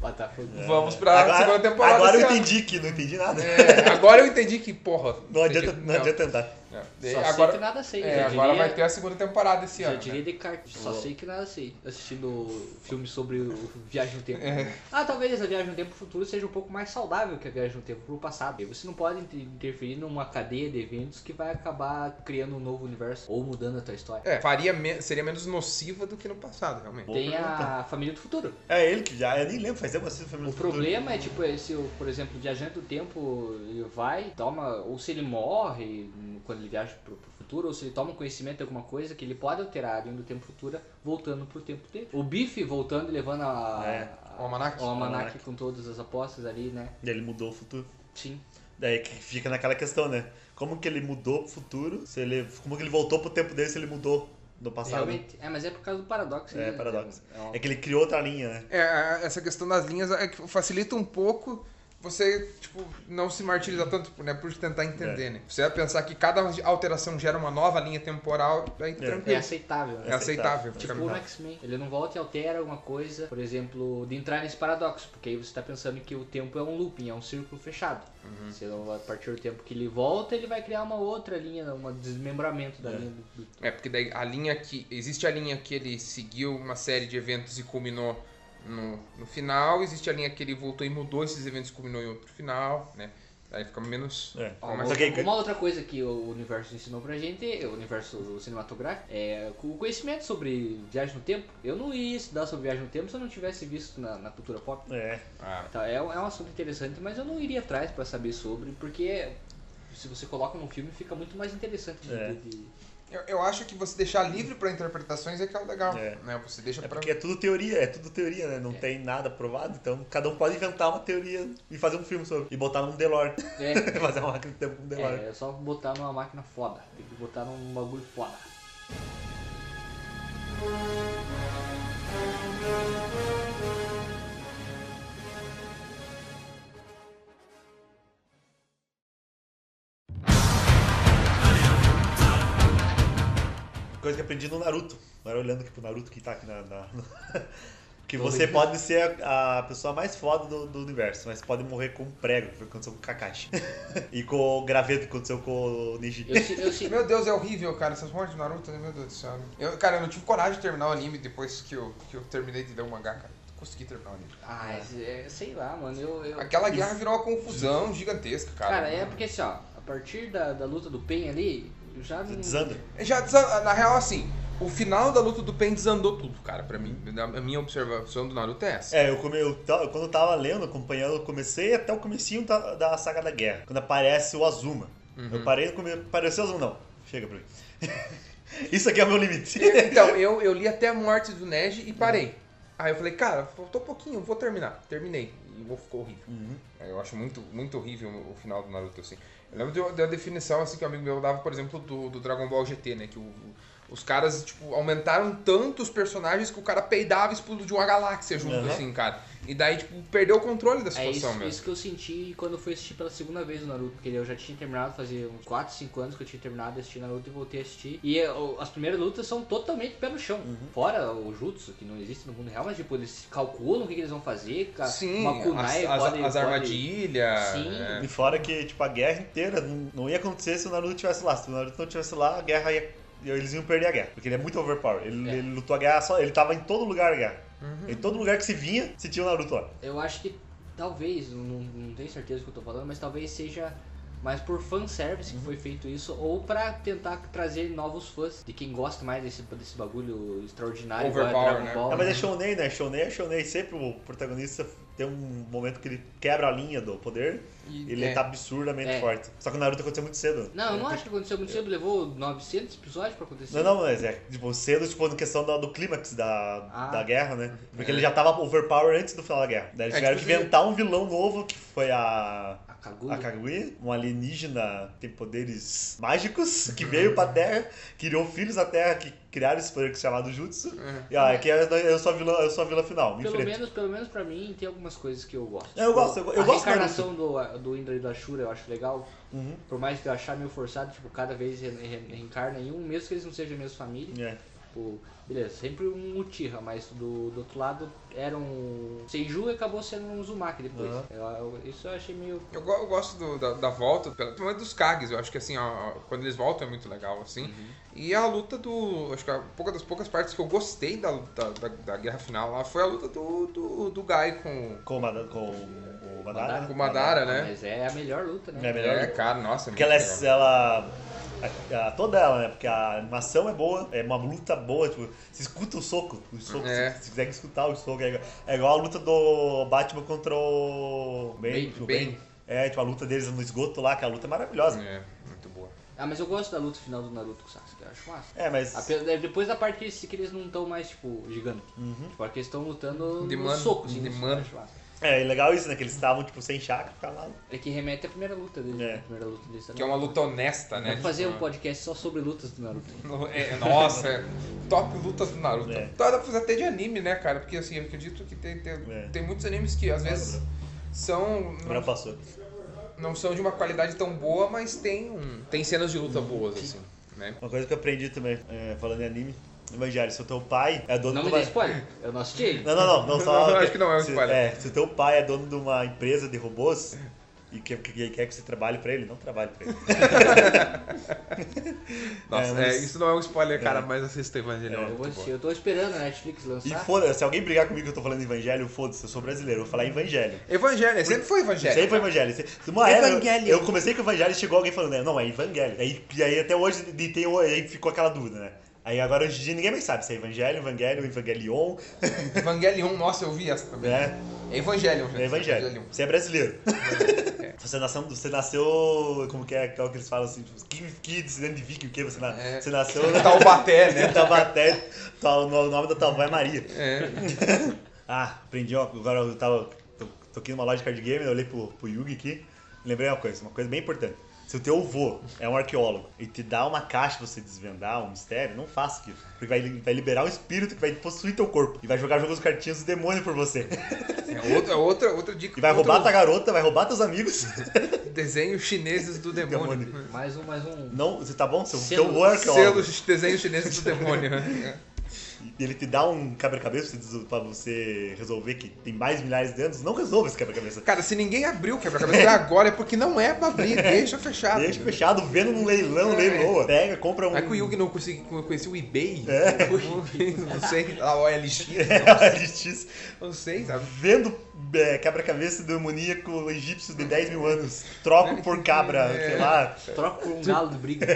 Botafogo. Vamos pra segunda temporada. agora eu esse ano. entendi que não entendi nada. É, agora eu entendi que, porra. Não adianta, entendi- não adianta tentar. É. E Só agora, sei que nada sei. é, já agora diria- vai ter a segunda temporada esse Já ano. diria né? Descartes, só sei que nada sei. Assistindo filmes sobre o viagem no tempo. É. Ah, talvez a viagem no tempo futuro seja um pouco mais saudável que a viagem no tempo pro passado. E Você não pode inter- interferir numa cadeia de eventos que vai acabar criando um novo universo ou mudando a tua história. É, faria me- seria menos nociva do que no passado, realmente. Boa Tem a família do futuro. É ele que já, eu nem lembro, faz tempo que eu assisto Família O do Futuro. problema é, tipo, é se, o- por exemplo, o viajante do tempo ele vai, toma, ou se ele morre hum, quando ele viaja pro, pro futuro, ou se ele toma um conhecimento de alguma coisa que ele pode alterar dentro do tempo futuro, voltando pro tempo dele. O Biff voltando e levando a, É, a- o almanaque. o almanaque O almanaque. com todas as apostas ali, né? E ele mudou o futuro. Sim. Daí que fica naquela questão, né? Como que ele mudou pro futuro? Se ele, como que ele voltou pro tempo dele se ele mudou no passado? Realmente. É, mas é por causa do paradoxo. É, né? paradoxo. É um- É que ele criou outra linha, né? É, a- essa questão das linhas é que facilita um pouco você, tipo, não se martirizar tanto, né, por tentar entender, É. né? Você vai pensar que cada alteração gera uma nova linha temporal, aí é tranquilo. aceitável, né? É aceitável, Tipo o fica X-Men, ele não volta e altera alguma coisa, por exemplo, de entrar nesse paradoxo, porque aí você tá pensando que o tempo é um looping, é um círculo fechado. Uhum. Se não, a partir do tempo que ele volta, ele vai criar uma outra linha, um desmembramento da linha do, do- É, porque daí a linha que. Existe a linha que ele seguiu uma série de eventos e culminou no, no final, existe a linha que ele voltou e mudou esses eventos e culminou em outro final, né? Aí fica menos. É. Ó, Uma, Ah, mas Só que- uma outra coisa que o universo ensinou pra gente, é, o universo cinematográfico, é o conhecimento sobre viagem no tempo. Eu não ia estudar sobre viagem no tempo se eu não tivesse visto na, na cultura pop. É. Tá, é, um, é um assunto interessante, mas eu não iria atrás pra saber sobre, porque se você coloca no filme fica muito mais interessante. de- É. de- de- Eu, eu acho que você deixar livre pra interpretações é que é o legal, É. né? Você deixa É pra. porque é tudo teoria, é tudo teoria, né? Não tem nada provado, então cada um pode inventar uma teoria e fazer um filme sobre. E botar num DeLorean. É, *laughs* fazer uma máquina do tempo com um DeLorean. é, é só botar numa máquina foda, tem que botar num bagulho foda. Coisa que aprendi no Naruto. Agora olhando aqui pro Naruto que tá aqui na. na- *laughs* que você pode ser a, a pessoa mais foda do, do universo, mas pode morrer com um prego, que foi o que aconteceu com o Kakashi. *laughs* e com o graveto que aconteceu com o Neji. Eu, se- eu, *laughs* se- Meu Deus, é horrível, cara. Essas mortes do Naruto, né, meu Deus do céu. Eu, cara, eu não tive coragem de terminar o anime depois que eu, que eu terminei de ler o mangá, cara. Consegui terminar o anime. Ah, é, sei lá, mano, eu... eu- Aquela guerra virou uma confusão gigantesca, cara. Cara, é porque assim, ó, a partir da, da luta do Pen ali, eu *laughs* já não... Desanda. Já desa- na real, assim, o final da luta do Pen desandou tudo, cara, pra mim. Na- A minha observação do Naruto é essa. É, eu, come, eu ta- quando eu tava lendo, acompanhando, eu comecei até o comecinho da, da Saga da Guerra, quando aparece o Azuma. Eu parei, come, apareceu o Azuma, não. Chega pra mim. *laughs* Isso aqui é o meu limite. Então, eu, eu li até a morte do Neji e É. parei. Aí eu falei, cara, faltou um pouquinho, vou terminar. Terminei. E o ficou horrível. Uhum. É, Eu acho muito, muito horrível o final do Naruto, assim. Eu lembro de uma- de uma definição, assim, que um amigo meu dava, por exemplo, do, do Dragon Ball GT, né? Que o- o- os caras, tipo, aumentaram tanto os personagens que o cara peidava e explodiu uma galáxia junto, Uhum. assim, cara. E daí, tipo, perdeu o controle da É situação isso, mesmo. isso que eu senti quando eu fui assistir pela segunda vez o Naruto, porque eu já tinha terminado, fazia uns 4, 5 anos que eu tinha terminado de assistir Naruto e voltei a assistir. E eh, o- as primeiras lutas são totalmente pé no chão. Uhum. Fora o Jutsu, que não existe no mundo real, mas tipo, eles calculam o que, que eles vão fazer, ca- Sim, uma kunai as, as- pode- as pode- armadilhas. Sim. é. E fora que, tipo, a guerra inteira não, não ia acontecer se o Naruto estivesse lá. Se o Naruto não estivesse lá, a guerra ia e eles iam perder a guerra. Porque ele é muito overpower. Ele, ele lutou a guerra só. Ele tava em todo lugar a guerra. Em todo lugar que se vinha, se tinha o Naruto lá. Eu acho que talvez, não, não tenho certeza do que eu tô falando, mas talvez seja mais por fanservice Uhum. que foi feito isso, ou pra tentar trazer novos fãs de quem gosta mais desse, desse bagulho extraordinário igual é Overpower, Dragon né? Ball. É, mas é Shonen, né? Shonen é Shonen. Sempre o protagonista tem um momento que ele quebra a linha do poder e ele é. tá absurdamente É. forte. Só que o Naruto aconteceu muito cedo. Não, eu não acho que aconteceu muito cedo, levou 900 episódios pra acontecer. Não, não, mas é tipo, cedo, tipo, na questão do, do clímax da, Ah. da guerra, né? Porque ele já tava overpower antes do final da guerra. Daí eles É, tiveram tipo, que inventar um vilão novo, que foi a. A Kaguya. A Kaguya, um alienígena que tem poderes mágicos, que veio pra Terra, criou filhos da Terra, que criaram esse poder que se chamado Jutsu. É. E ó, aqui eu, eu sou a vilã, eu sou a vilã final, me Pelo enfrenta. menos, pelo menos pra mim, tem algumas coisas que eu gosto. Eu gosto, eu go- eu a gosto Uhum. do reencarnação do, do Indra e do Ashura eu acho legal. Por mais que eu achar meio forçado, tipo, cada vez re- re- reencarna em um, mesmo que eles não sejam a mesma família. É. Tipo, beleza, sempre um Uchiha, mas do, do outro lado era um Seiju e acabou sendo um Uzumaki depois. Uhum. Eu- eu- isso eu achei meio... Eu, go- eu gosto do- da, da volta, pela- principalmente dos Kags, eu acho que assim, ó, quando eles voltam é muito legal, assim. E a luta do. Acho que a pouca das poucas partes que eu gostei da, luta- da, da guerra final lá foi a luta do, do, do Guy com, Com, o Mada- com o Madara. Madara. né? com o Madara, né? Mas é a melhor luta, né? É a melhor É, cara, nossa, é Porque muito ela é. legal. Ela, a- a- toda ela, né? Porque a animação é boa, é uma luta boa, tipo, se escuta o soco. O soco É. se, se quiser escutar o soco, é, igual- é igual a luta do Batman contra o Bane, Bane. tipo, Bane. Bane. É, tipo, a luta deles no esgoto lá, que a luta é maravilhosa. É, muito boa. Ah, mas eu gosto da luta final do Naruto com o Sasuke, eu acho massa. É, mas. Ape- de- Depois da parte que eles, que eles não estão mais, tipo, gigante. Uhum. Tipo, a que eles estão lutando De no mano, soco, assim, de no mano. soco, eu acho massa. É, e legal isso, né? Que eles estavam, tipo, sem chakra, ficavam lá. É que remete à primeira luta deles. É. né? A primeira luta deles Que é uma luta honesta, né? Vamos fazer *laughs* um Tipo, podcast só sobre lutas do Naruto. é, nossa, é top lutas do Naruto. É. Então dá pra fazer até de anime, né, cara? Porque assim, eu acredito que tem, tem, É. tem muitos animes que às vezes são. Agora passou. não são de uma qualidade tão boa, mas tem um. Tem cenas de luta boas, assim, né? Uma coisa que eu aprendi também, é, falando em anime, Evangelho, se o teu pai é dono Não do me dê spoiler, eu não assisti. Não, não, não, não só. Não, acho que não é um se, spoiler. É, se o teu pai é dono de uma empresa de robôs e quer, que- quer que você trabalhe pra ele, não trabalhe pra ele. Nossa, É, é, mas- isso não é um spoiler, cara, mas assista o Evangelho. É, É, Eu muito vou bom. assistir, eu tô esperando a Netflix E Ah. lançar. foda-se, se alguém brigar comigo que eu tô falando evangelho, foda-se, eu sou brasileiro, eu vou falar evangelho. Evangelho, sempre foi Evangelho. Sempre foi evangelho. Se- se Uma era, eu comecei com evangelho e chegou alguém falando, né, não, é evangelho. Aí, e aí até hoje de- tem, aí ficou aquela dúvida, né? Aí agora hoje em dia ninguém mais sabe se é evangelho, evangelho, evangelion, Evangelion, nossa, eu vi essa também. né? É Evangelho, É, gente. É evangelho. Você é brasileiro. *laughs* Você, nasceu, você nasceu. Como que é qual que eles falam assim? Tipo, que, que descendente de viking, o que? Você, na- É. você nasceu. *laughs* Taubaté, Você né? tava até. Tua, o nome da tua avó *laughs* é Maria. É. Ah, aprendi, ó. Agora eu tava. Tô, tô aqui numa loja de card game, eu olhei pro, pro Yugi aqui. Lembrei uma coisa, uma coisa bem importante. Se o teu avô é um arqueólogo e te dá uma caixa pra você desvendar um mistério, não faça aquilo. Porque vai, vai liberar um espírito que vai possuir teu corpo. E vai jogar jogos cartinhas do demônio por você. É outra, outra, outra dica. E vai roubar tua outro garota, vai roubar teus amigos. Desenhos chineses do demônio. Demônio. Mais um, mais um. Não, você tá bom? Seu, Selo- teu avô é arqueólogo. Selos, desenhos chineses do demônio. né? E ele te dá um quebra-cabeça pra você- pra você resolver que tem mais milhares de anos. Não resolva esse quebra-cabeça. Cara, se ninguém abriu o quebra-cabeça até agora é porque não é pra abrir, deixa fechado. Deixa fechado, vendo num leilão, leiloa. Pega, compra um. É que o *laughs* Yugi não consegui- conhecia o eBay. *laughs* É. Não sei, a OLX, É, a LX. não sei, sabe? Vendo é, quebra-cabeça demoníaco egípcio de 10 mil anos. Troco por *laughs* cabra, É. sei lá. Troca por um galo de briga.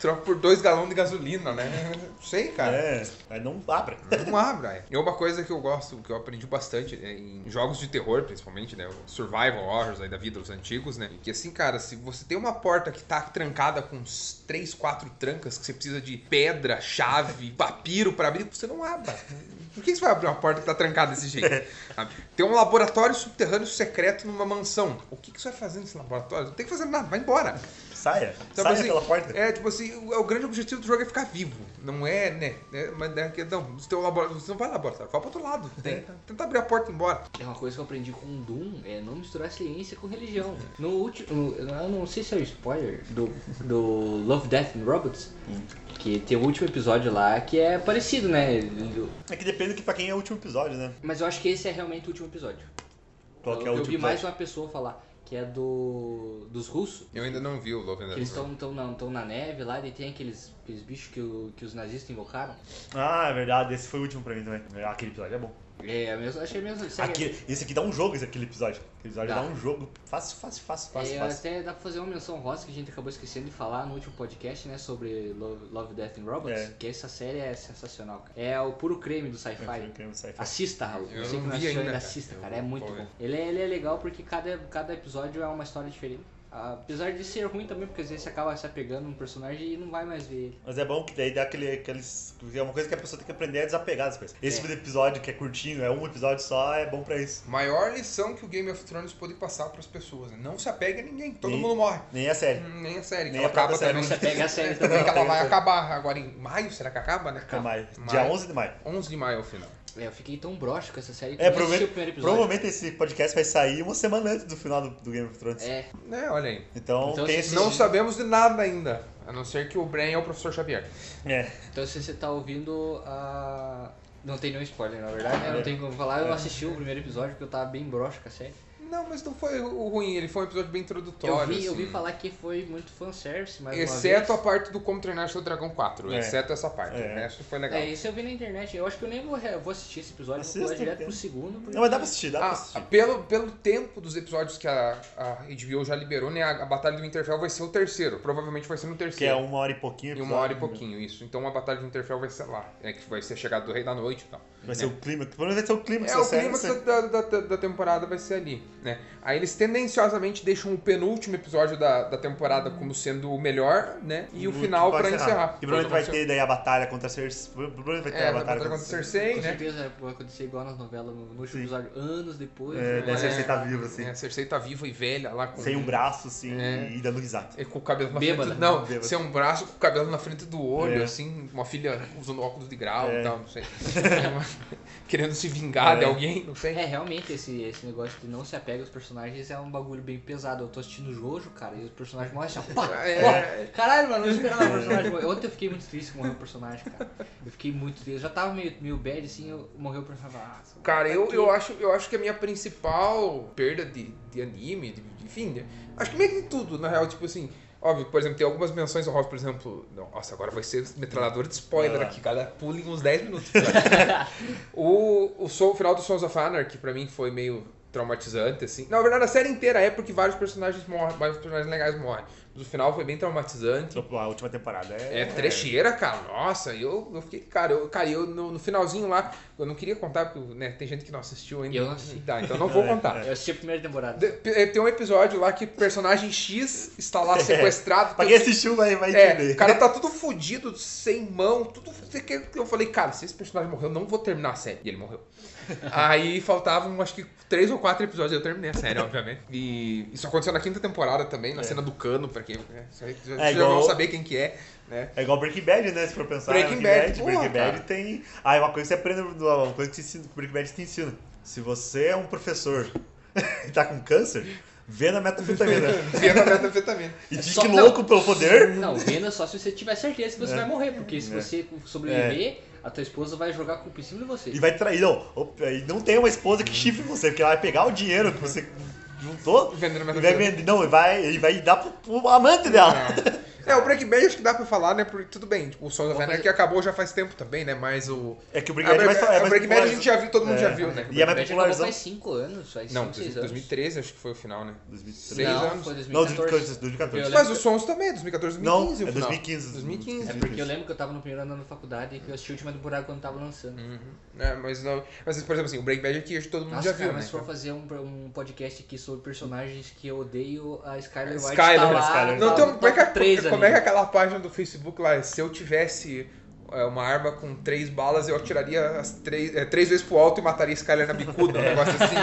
Troca por dois galões de gasolina, né? Não sei, cara. É, mas não abra. Não abra. E uma coisa que eu gosto, que eu aprendi bastante né, em jogos de terror, principalmente, né? o Survival horrors aí da vida dos antigos, né? Que assim, cara, se você tem uma porta que tá trancada com uns 3, 4 trancas, que você precisa de pedra, chave, *laughs* papiro pra abrir, você não abra. Por que você vai abrir uma porta que tá trancada desse jeito? sabe? Tem um laboratório subterrâneo secreto numa mansão. O que, que você vai fazer nesse laboratório? Não tem que fazer nada, vai embora. Saia. Então, Saia assim, pela porta. É, tipo assim, o, o grande objetivo do jogo é ficar vivo. Não é, né? É, mas né, que- não, você, tem um labora- você não vai no laboratório, vai pro outro lado. Tenta, tenta abrir a porta e ir embora. É uma coisa que eu aprendi com o Doom, é não misturar ciência com religião. No último, no- eu não sei se é um spoiler do, do Love, Death and Robots, Hum. que tem o último episódio lá que é parecido, né? Ele- É que depende que pra quem é o último episódio, né? Mas eu acho que esse é realmente o último episódio. Qual eu, que é o eu último vi mais episódio? uma pessoa falar que que é do dos russos. Eu ainda não vi o Love and Que eles estão tão na, tão na neve lá e tem aqueles, aqueles bichos que, o- que os nazistas invocaram. Ah, é verdade, esse foi o último pra mim também. Aquele episódio é bom. É, a mesma, achei mesmo. É, segue- Aqui, esse aqui dá um jogo, esse aquele episódio. Aquele episódio Dá. dá um jogo. Fácil, fácil, fácil, fácil, É, fácil. até dá pra fazer uma menção rosa que a gente acabou esquecendo de falar no último podcast, né? Sobre Love, Love, Death and Robots. É. Que essa série é sensacional, cara. É o puro creme do Eu fui sci-fi. querer me sair. Assista, Raul. Eu sei que não vi assistiu ainda, cara. assista, Eu cara. É vou muito ver. bom. Ele é, ele é legal porque cada, cada episódio é uma história diferente. Apesar de ser ruim também, porque às vezes você acaba se apegando num personagem e não vai mais ver ele. Mas é bom que daí dá aquele, aqueles. É uma coisa que a pessoa tem que aprender a desapegar das coisas. Esse episódio que é curtinho, é um episódio só, é bom pra isso. Maior lição que o Game of Thrones pôde passar pras pessoas. né? Não se apegue a ninguém, todo Nem- mundo morre. Nem é sério. Hum, Nem a série, que Nem ela a própria acaba série, também. É, não Você pega a série também. *laughs* Também que ela vai acabar agora em maio, será que acaba, né? Até maio. Maio. Dia 11 de maio. 11 de maio é o final. É, eu fiquei tão broxo com essa série que É, eu nem assisti provavelmente, o primeiro episódio. provavelmente esse podcast vai sair uma semana antes do final do, do Game of Thrones. É, É, olha aí. Então, Então, tem se esse. Não sabemos de nada ainda, a não ser que o Bren é o professor Xavier. É. Então se você tá ouvindo a. Não tem nenhum spoiler, na verdade, né? Não tem como falar, É. eu assisti o primeiro episódio porque eu tava bem broxa com a série. Não, mas não foi o ruim, ele foi um episódio bem introdutório. Eu vi, eu assim. vi falar que foi muito fanservice, mas. Exceto a uma vez. parte do Como Treinar Seu Dragão 4, É. exceto essa parte. É. O resto foi legal. Ah, É, isso eu vi na internet. Eu acho que eu nem vou, re- eu vou assistir esse episódio, eu vou Assista, pular direto cara. pro segundo. Porque... Não, mas dá pra assistir, dá pra Ah, assistir. pelo, pelo tempo dos episódios que a, a HBO já liberou, né? A, a Batalha do Interfell vai ser o terceiro. Provavelmente vai ser no Que é terceiro. uma hora e pouquinho. E uma hora e episódio. né? pouquinho, isso. Então a Batalha do Interfell vai ser lá. É que vai ser a chegada do Rei da Noite e tal. Vai ser o clima. Pelo menos vai ser o clima É, o clímax da, da, da- da temporada vai ser ali, né? Aí eles tendenciosamente deixam o penúltimo episódio da, da temporada como sendo o melhor, né? Hum, E o final pra encerrar. E provavelmente vai Então, ter daí a batalha contra a Cersei. Provavelmente vai ter É, a vai batalha batalha contra contra a Cersei. Cersei, Com né? certeza vai acontecer igual nas novelas, no, no último Sim. episódio, anos depois. É, né? daí a Cersei É, tá viva, assim. né? A Cersei tá viva e velha lá com... Sem um braço, assim, É. e dando risada. e Com o cabelo na Bêbada. frente. Não, Bêbada. sem um braço com o cabelo na frente do olho, É. assim, uma filha usando óculos de grau É. e tal, não *laughs* sei. É uma- Querendo se vingar de É. alguém, não sei. É, realmente, esse, esse negócio de não se apega aos personagens é um bagulho bem pesado. Eu tô assistindo Jojo, cara, e os personagens morrem assim, ó, pá, É. pá. Caralho, mano, não esperava o personagem morrer. Ontem eu fiquei muito triste que morreu o personagem, cara. Eu fiquei muito triste. Eu já tava meio, meio bad, assim, eu, morreu o personagem. Ah, Cara, eu, eu, acho, eu acho que a minha principal perda de, de anime, de, de- enfim, né? acho que meio que de tudo, na real, tipo assim, óbvio, por exemplo, tem algumas menções honrosas, por exemplo, não, nossa, agora vai ser metralhadora de spoiler Vai lá. aqui, cara, pulem uns 10 minutos. cara. o, o, Soul- o final do Sons of Anarchy, pra mim, foi meio traumatizante, assim. Na verdade, a série inteira é porque vários personagens morrem, vários personagens legais morrem, mas o final foi bem traumatizante. Então, A última temporada é. É trecheira, cara. Nossa, eu, eu fiquei. Cara, eu, cara eu, no, no finalzinho lá, eu não queria contar, porque né, tem gente que não assistiu ainda. Eu não assisti. Tá, então não *laughs* É. vou contar. Eu assisti a primeira temporada. De- pe- Tem um episódio lá que personagem X está *laughs* lá sequestrado. É. Pra tem- quem assistiu né? vai, vai é, entender. o cara tá tudo fudido, sem mão, tudo. Eu falei, cara, se esse personagem morreu, eu não vou terminar a série. E ele *laughs* morreu. Aí faltavam, acho que, três ou quatro episódios. Eu terminei a série, obviamente. E isso aconteceu na quinta temporada também, na cena do cano, pra quem. Né, vocês já É. igual- vão saber quem que é, né? É igual Breaking Bad, né? Se for pensar. Breaking Bad, porra, Breaking Bad cara. tem. Ah, é uma coisa que você aprende. Uma coisa que, te ensina, que Breaking Bad te ensina. Se você é um professor *laughs* e tá com câncer, vê na metafetamina. *laughs* Vendo a metanfetamina. e fique só- louco pelo poder. Não, venda só se você tiver certeza que você vai morrer, porque se É. você sobreviver, a tua esposa vai jogar culpa em cima de você. E vai trair. Não, opa, e não tem uma esposa que chifre você, porque ela vai pegar o dinheiro que você juntou. Vendendo E vai metanfetamina. vender. Não, e vai, e vai dar pro, pro amante dela. É, o Break Bad acho que dá pra falar, né? Porque tudo bem, tipo, o Sons of Vamos Anarchy acabou já faz tempo também, né? Mas o. É que A o Breaking Bad vai Break- falar. a Breaking Bad a gente já viu, todo mundo já viu, né? E é mais Breaking Bad acabou popularizado. faz 5 anos, faz Não, 5, 6 anos. 2013 acho que foi o final, né? 2013. Seis não, anos. foi Não, 2014. 2014. 2014. Eu Mas os Sons também, é 2014, Não, 2015. é o final. 2015. 2015. É porque eu lembro que eu tava no primeiro ano da faculdade e que eu assisti o último temporada quando tava lançando. É, mas não. Mas, por exemplo, assim, o Break Bad aqui acho que todo mundo Nossa, já cara, viu, mas né? se for fazer um, um podcast aqui sobre personagens que eu odeio, a Skyler White Skyler, tá lá, Skyler. tá Não, então, no como, é que, top a- três como é que ali. aquela página do Facebook lá, se eu tivesse é, uma arma com três balas, eu atiraria as três, é, três vezes pro alto e mataria Skyler na bicuda, É. um negócio *laughs* assim.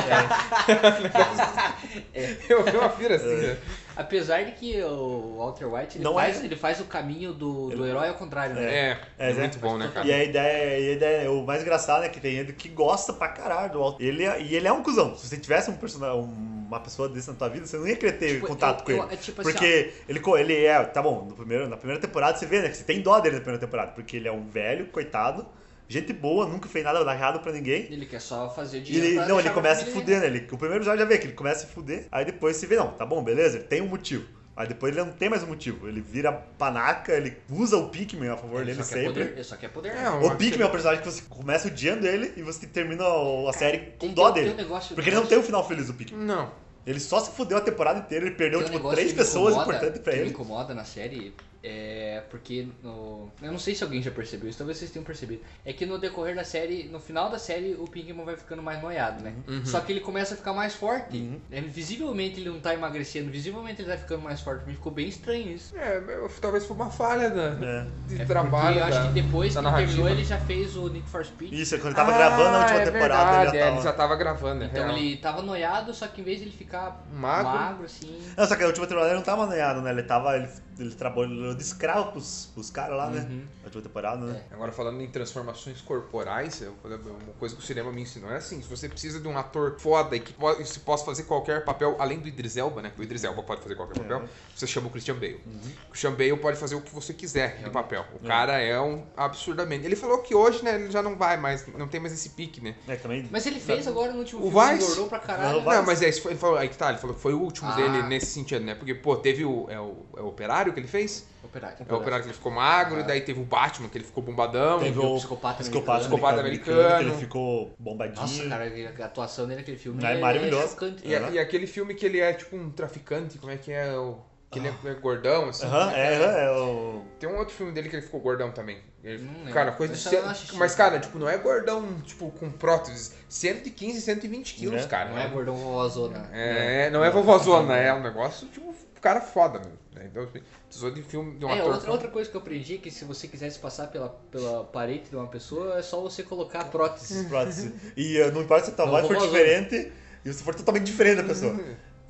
*laughs* Eu vi uma fira assim, né? Apesar de que o Walter White, ele, Não faz, é. ele faz o caminho do, do herói ao contrário, né? É, é, É, né? muito bom, né, cara? E a ideia, e a ideia, o mais engraçado é que tem gente que gosta pra caralho do Walter. Ele, é- e ele é um cuzão. Se você tivesse um personagem, uma pessoa desse na tua vida, você não ia querer ter Tipo, contato eu- com eu- ele. é tipo assim, porque ele, co- ele é, tá bom, no primeiro, na primeira temporada você vê, né, que você tem dó dele na primeira temporada, porque ele é um velho, coitado, Gente boa, nunca fez nada errado pra ninguém. Ele quer só fazer E dinheiro. ele, pra não, ele deixar começa a família fuder, né? Ele, o primeiro episódio já vê que ele começa a se fuder, aí depois se vê, não, tá bom, beleza, ele tem um motivo. Aí depois ele não tem mais um motivo. Ele vira panaca, ele usa o Pikmin a favor Ele dele só quer sempre. né? É poder. Ele só quer poder. né? É, um- O Pikmin é o personagem que você começa odiando ele e você termina a série Tem com que dó ter um dele. negócio- Porque ele não tem o final feliz do Pikmin. Não. Ele só se fudeu a temporada inteira, ele Tem perdeu, um tipo, negócio três que me pessoas incomoda- importantes pra que me ele. incomoda na série é porque no... eu não sei se alguém já percebeu isso, talvez vocês tenham percebido. É que no decorrer da série, no final da série, o Pinkman vai ficando mais noiado, né? Uhum. Só que ele começa a ficar mais forte. É, visivelmente ele não tá emagrecendo, visivelmente ele tá ficando mais forte. Me ficou bem estranho isso. É, eu- talvez foi uma falha da, É. de É trabalho. porque eu acho da- que depois da que terminou narrativa. ele já fez o Need for Speed. Isso, é quando ele tava Ah, gravando a última é temporada, verdade, ele já é, tava. ele já tava gravando, é Então real. ele tava noiado, só que em vez de ele ficar Magro. magro, assim. Não, só que a última temporada ele não tava manhado, né? Ele tava. Ele, ele trabalhou de escravo pros, pros caras lá, Uhum. né? Na última temporada, né? Agora, falando em transformações corporais, eu- é uma coisa que o cinema me ensinou é assim: se você precisa de um ator foda e que po- e se possa fazer qualquer papel, além do Idris Elba, né? que O Idris Elba pode fazer qualquer Uhum. papel, você chama o Christian Bale. O Christian Bale pode fazer o que você quiser de papel. O cara é um absurdamente. Ele falou que hoje, né, ele já não vai mais, não tem mais esse pique, né? É, também. Mas ele fez agora no último O filme, Vice? engordou pra caralho. né? Não, Não, mas é isso, foi- ele falou, aí que tá, ele falou que foi o último Ah. dele nesse sentido, né? Porque, pô, teve o. É o, é o operário que ele fez? Operário. É o operário que ele ficou magro, daí teve o Batman, que ele ficou bombadão. Teve Teve o o psicopata psicopata, um americano. que ele Psicopata ficou bombadinho. Nossa, cara, a atuação dele naquele filme Não, é é, maravilhoso. é chocante. E, a- e aquele filme que ele é tipo um traficante, como é que é? O, que ele é gordão, assim. Aham, é, é, é o. Tem um outro filme dele que ele ficou gordão também. Ele- Não lembro. cara, coisa de. Esse eu cento- não assisti. Mas, cara, tipo, não é gordão, tipo, com próteses. 115, 120 quilos, Né? cara. Não é gordão Né? vovózona. É, não é vovozona, é um negócio, tipo, cara foda, meu. né? Então, assim, precisou de filme de um É, ator. outra, outra coisa que eu aprendi é que se você quisesse passar pela, pela parede de uma pessoa, é só você colocar a prótese. prótese. E uh, não importa se a tua Não, voz for vovózona. diferente e se for totalmente diferente da pessoa.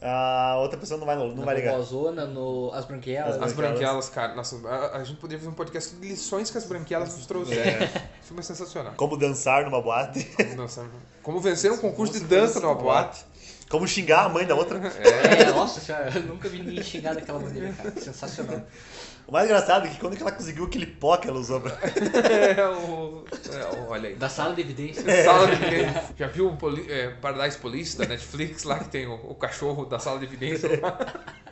A outra pessoa não vai, não, Na vai ligar. vovózona, no, as branquelas. As As né? branquelas, cara. Nossa, a, a gente poderia fazer um podcast de lições que as branquelas nos trouxeram. O *laughs* filme é sensacional. Como dançar numa boate. *laughs* Nossa, como vencer um concurso de dança numa boate. Como xingar a mãe da outra. É, nossa senhora, eu nunca vi ninguém xingar daquela maneira, cara. Sensacional. O mais engraçado é que quando que ela conseguiu aquele pó que ela usou pra... É, o, é, o- olha aí. Da sala de evidência. Sala de evidência. Já viu o poli, é, Paradise Police da Netflix lá que tem o, o cachorro da sala de evidência?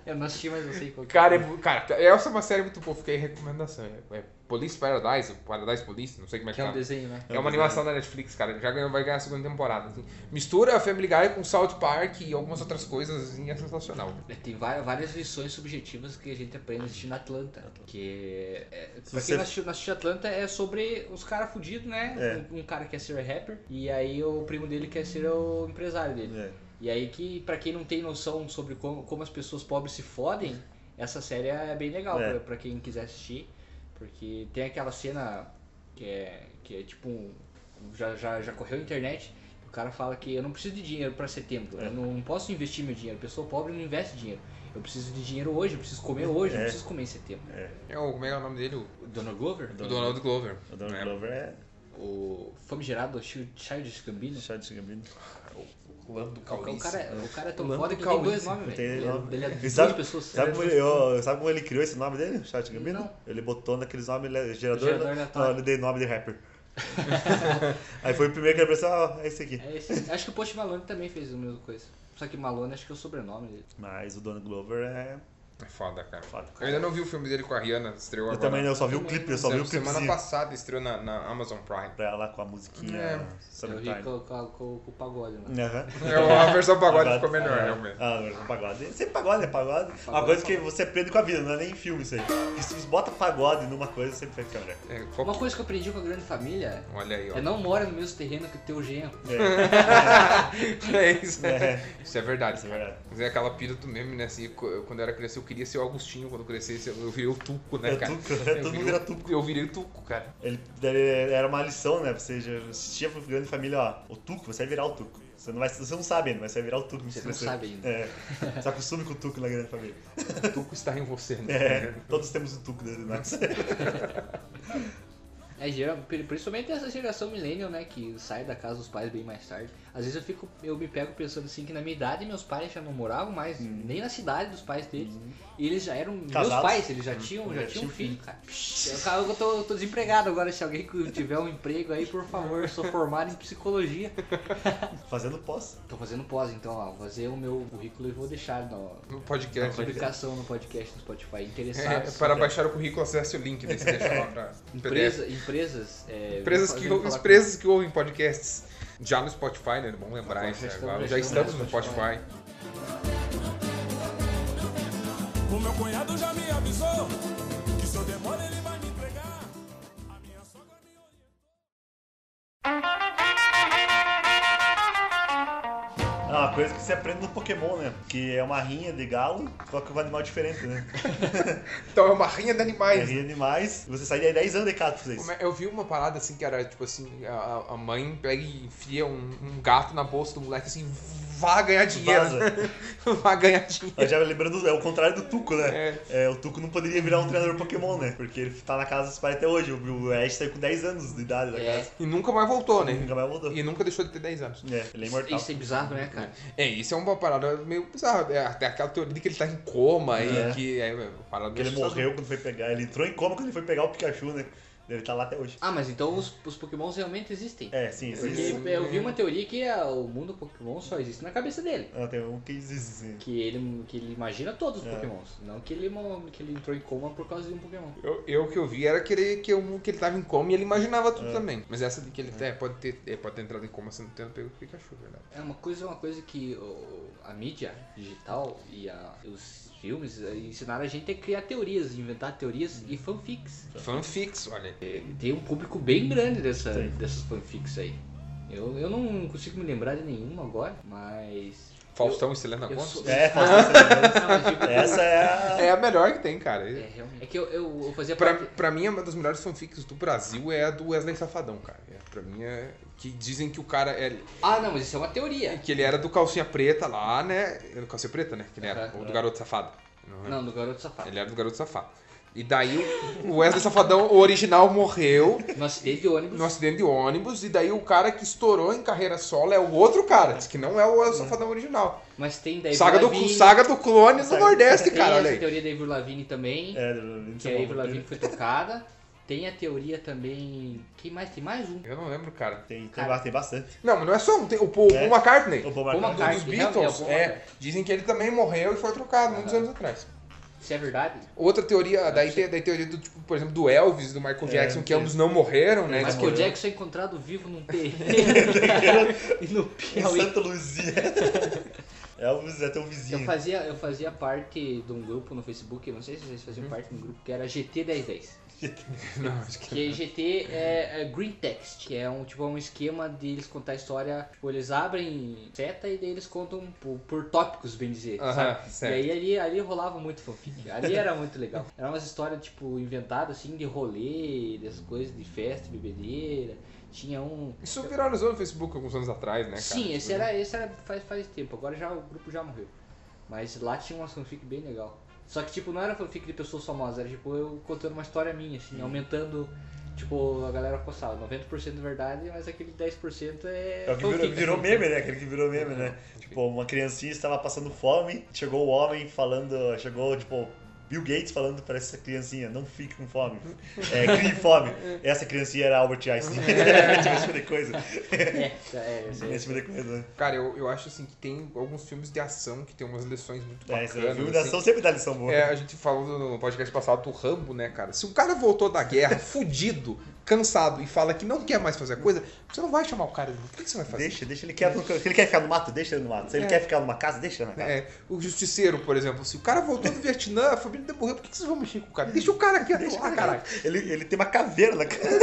Eu não assisti, mas eu sei qual que Cara, é, mu- cara, essa é uma série muito boa, fica aí a recomendação. É, é Police Paradise, ou Paradise Police, não sei como é que, que é tá. um desenho, né? É uma animação da Netflix, cara. Já ganhou, vai ganhar a segunda temporada. assim. Mistura a Family Guy com South Park e algumas outras coisas, assim, é sensacional. Tem vai- várias lições subjetivas que a gente aprende assistindo Atlanta. Que é, pra Uhum. você- quem não assistiu, não assistiu Atlanta é sobre os caras fudidos, né? É. Um, um cara quer ser rapper e aí o primo dele quer ser o empresário dele. É. E aí que, pra quem não tem noção sobre como, como as pessoas pobres se fodem, essa série é bem legal É. pra, pra quem quiser assistir. Porque tem aquela cena que é, que é tipo um. Já, já, já correu a internet. O cara fala que eu não preciso de dinheiro pra setembro. É. Eu não posso investir meu dinheiro. Pessoa pobre não investe dinheiro. Eu preciso de dinheiro hoje, eu preciso comer hoje, eu É. não preciso comer em setembro. É o, como é que é o nome dele? O, O Donald Glover? o Donald Glover. O Donald É. Glover é O famigerado Chil- Childish Gambino. chá de gambino. Lando O Calrissian. cara, é- o cara é tão Lando foda que ele tem dois Calrissian. nomes, Tem velho. Ele é- nome. Ele é E duas sabe- pessoas. né? Sabe como, ele, eu- sabe como ele criou esse nome dele, Chá de Gambino? Não. Ele botou naqueles nomes ele é gerador, Gerador não, aleatório. não, ele deu nome de *laughs* rapper. Aí foi o primeiro que ele pensou, ah, é esse aqui. É esse- acho que o Post Malone também fez a mesma coisa. Só que Malone acho que é o sobrenome dele. Mas o Donald Glover é É foda, cara. foda. Eu ainda não vi o filme dele com a Rihanna, estreou Eu agora. também, eu só vi o clipe, eu só vi o Semana clipezinho passada estreou na, na Amazon *laughs* Prime. pra ela com a musiquinha É. Eu Summertime. vi com, com, com, com o pagode, né? Aham. É, a versão pagode Agora- ficou melhor, ah, realmente. Ah, agora com pagode. Sempre pagode, é pagode. Uma Pagode, coisa que você aprende com a vida, não é nem em filme isso aí. E se você bota pagode numa coisa, sempre né? vai ficar melhor. É, qual- Uma coisa que eu aprendi com a grande família Olha aí, ó. é não mora no mesmo terreno que o teu genro. *laughs* *laughs* É, É isso. É. Isso é verdade. isso é cara. verdade. Mas é aquela pira do meme, né? Assim, co- eu- quando eu era criança, eu queria ser o Agostinho. Quando eu crescesse, eu eu virei o Tuco, né, É cara? Tuco, é, Eu todo mundo virei vira o- Tuco. Eu virei o Tuco, cara. Ele, ele- era uma lição, né? Você já assistia pro grande família, ó, o Tuco, você vai virar o Tuco. Você não, vai, você não sabe ainda, mas você vai virar o Tuco. Você não sabe ainda. É, se acostume com o Tuco na grande família. *laughs* O Tuco está em você, né? né? É, todos temos um Tuco dentro de nós. É, geral- pri- principalmente essa geração millennial, né, que sai da casa dos pais bem mais tarde. Às vezes eu fico, eu me pego pensando assim que na minha idade meus pais já não moravam mais Hum. nem na cidade dos pais deles. E eles já eram meus Casados. pais, eles já Hum. tinham, É, já tinham filho, cara. Psh, Eu, cara, eu tô, eu tô desempregado agora, se alguém que tiver um emprego aí, por favor, eu sou formado em psicologia. *laughs* Fazendo pós. Tô fazendo pós então, ó, vou fazer o meu currículo e vou deixar na No na podcast. publicação no podcast no Spotify. É, Interessados. para baixar o currículo, acesse o link desse deixa lá pra PDF. Empresa, empresas. é, Empresas que, fazendo falar com- empresas que ouvem podcasts já no Spotify, né? Vamos lembrar Agora isso já né? estamos- agora. já Já estamos estamos no no Spotify. Spotify. O meu cunhado já me avisou que se eu demora ele vai me entregar. A minha sogra me orientou. É uma coisa que você aprende no Pokémon, né? Que é uma rinha de galo, só que um animal diferente, *laughs* né? Então é uma rinha de É animais. rinha de animais. Você sai daí 10 anos de casa pra fazer isso. Como é- Eu vi uma parada assim que era tipo assim: a, a mãe pega e enfia um, um gato na bolsa do moleque assim, vá ganhar dinheiro. *laughs* é? vá ganhar dinheiro. *laughs* Eu já lembrando, é o contrário do Tuco, né? É. É. o Tuco não poderia virar um treinador Pokémon, né? Porque ele tá na casa dos pais até hoje. O Ash saiu com 10 anos de idade da É. casa. E nunca mais voltou, né? Nunca mais voltou. E nunca deixou de ter 10 anos. É, ele é imortal. Isso é bizarro, né, cara? É, isso é uma parada meio bizarra. É, até aquela teoria de que ele tá em coma É. e que é, é, parada Porque ele assustadora. morreu quando foi pegar. Ele entrou em coma quando ele foi pegar o Pikachu, né? Ele tá lá até hoje. Ah, mas então os, os pokémons realmente existem. É, sim, sim. Porque sim. eu vi uma teoria que ah, o mundo Pokémon só existe na cabeça dele. Ah, tem um que existe, sim. Que ele, que ele imagina todos os É. pokémons. Não que ele, mo- que ele entrou em coma por causa de um pokémon. Eu, eu o que eu vi era que ele, que, eu, que ele tava em coma e ele imaginava É. tudo também. Mas essa de que ele até pode, ter, ele pode ter entrado em coma sendo tendo pego o Pikachu, verdade. É uma coisa, uma coisa que o- a mídia digital e a- os filmes eh, ensinaram a gente a criar teorias, inventar teorias e fanfics. Fanfics, olha. aí. Tem um público bem grande dessa, Sim. dessas fanfics aí. Eu, eu não consigo me lembrar de nenhuma agora, mas. Faustão tá e Selena eu Gomes. sou- *laughs* É, faz bastante Não, mas digo- tempo. Essa é a. *laughs* É a melhor que tem, cara. É, realmente. É que eu, eu, eu fazia Pra, parte. pra mim, é uma das melhores fanfics do Brasil é a do Wesley Safadão, cara. É, pra mim, é... Que dizem que o cara... É... Ah, não, mas isso é uma teoria. Que ele era do Calcinha Preta lá, né? Era do Calcinha Preta, né? Que ele era. Aham. Ou do Garoto Safado. Não é? Não, do garoto safado. Ele era do Garoto Safado. E daí o Wesley Safadão, o original, morreu No acidente de ônibus. no acidente de ônibus. E daí o cara que estourou em carreira solo é o outro cara. Diz que não é o Wesley Safadão original. Mas tem daí. Saga do, saga do clone do Saga- Nordeste, Tem cara. Olha essa aí. teoria da Ivor Lavigne também. É, não que a Ivor Lavigne foi tocada. Tem a teoria também. Quem mais? Tem mais um. Eu não lembro, cara. Tem, tem, Cara. tem bastante. Não, mas não é só um. Tem o Paul, É. Paul McCartney. O Paul Paul McCartney. Dos McCartney, realmente, Beatles, o Paul é. McCartney. Dizem que ele também morreu e foi trocado muitos Aham. Ah, anos atrás. Se é verdade. Outra teoria, daí tem daí teoria do tipo, por exemplo, do Elvis, do Michael Jackson, que ambos não morreram, né? É, Mas Diz que o que- Jackson é encontrado *laughs* vivo num terreiro *laughs* e no Em Piauí. Santa *laughs* Luzia. Elvis é teu vizinho. Eu fazia, eu fazia parte de um grupo no Facebook, eu não sei se vocês faziam parte de um grupo, que era GT 1010. Não, acho que- Que GT é, é Green Text, que é um tipo um esquema de eles contar a história, tipo, eles abrem seta e daí eles contam por, por tópicos, bem dizer, Aham, sabe? certo. E aí ali, ali rolava muito fanfic, ali era muito legal. Era umas histórias, tipo, inventadas assim, de rolê, dessas coisas, de festa, bebedeira. Tinha um. Isso viralizou no Facebook alguns anos atrás, né, cara? Sim, esse Tipo, era, esse era faz, faz tempo, agora já o grupo já morreu. Mas lá tinha uma fanfic bem legal. Só que tipo, não era fanfic de pessoas famosas, era tipo eu contando uma história minha, assim, aumentando, tipo, a galera postava. 90% de é verdade, mas aquele 10% é. É o que virou, fanfic. virou meme, né? Aquele que virou meme, né? Tipo, uma criancinha estava passando fome, chegou o homem falando, chegou, tipo, Bill Gates falando para essa criancinha, não fique com fome, é, crie fome. Essa criancinha era Albert Einstein. *laughs* Esse tipo de coisa. É, é, é, é. Esse tipo de coisa, né? Cara, eu, eu acho assim que tem alguns filmes de ação que tem umas lições muito É, bacanas. esse filme assim. da ação sempre dá lição boa. É, a gente falou no podcast passado do Rambo, né, cara? Se um cara voltou da guerra, fudido, cansado, e fala que não quer mais fazer a coisa, você não vai chamar o cara. O que que você vai fazer? Deixa, deixa, ele quer, se ele quer ficar no mato, deixa ele no mato. Se ele quer ficar numa casa, deixa ele na casa. É, o justiceiro, por exemplo, se o cara voltou do Vietnã, a família dele morreu, por que que vocês vão mexer com o cara? Deixa o cara aqui atuar, caralho. Ele, ele tem uma caveira na cara. *laughs*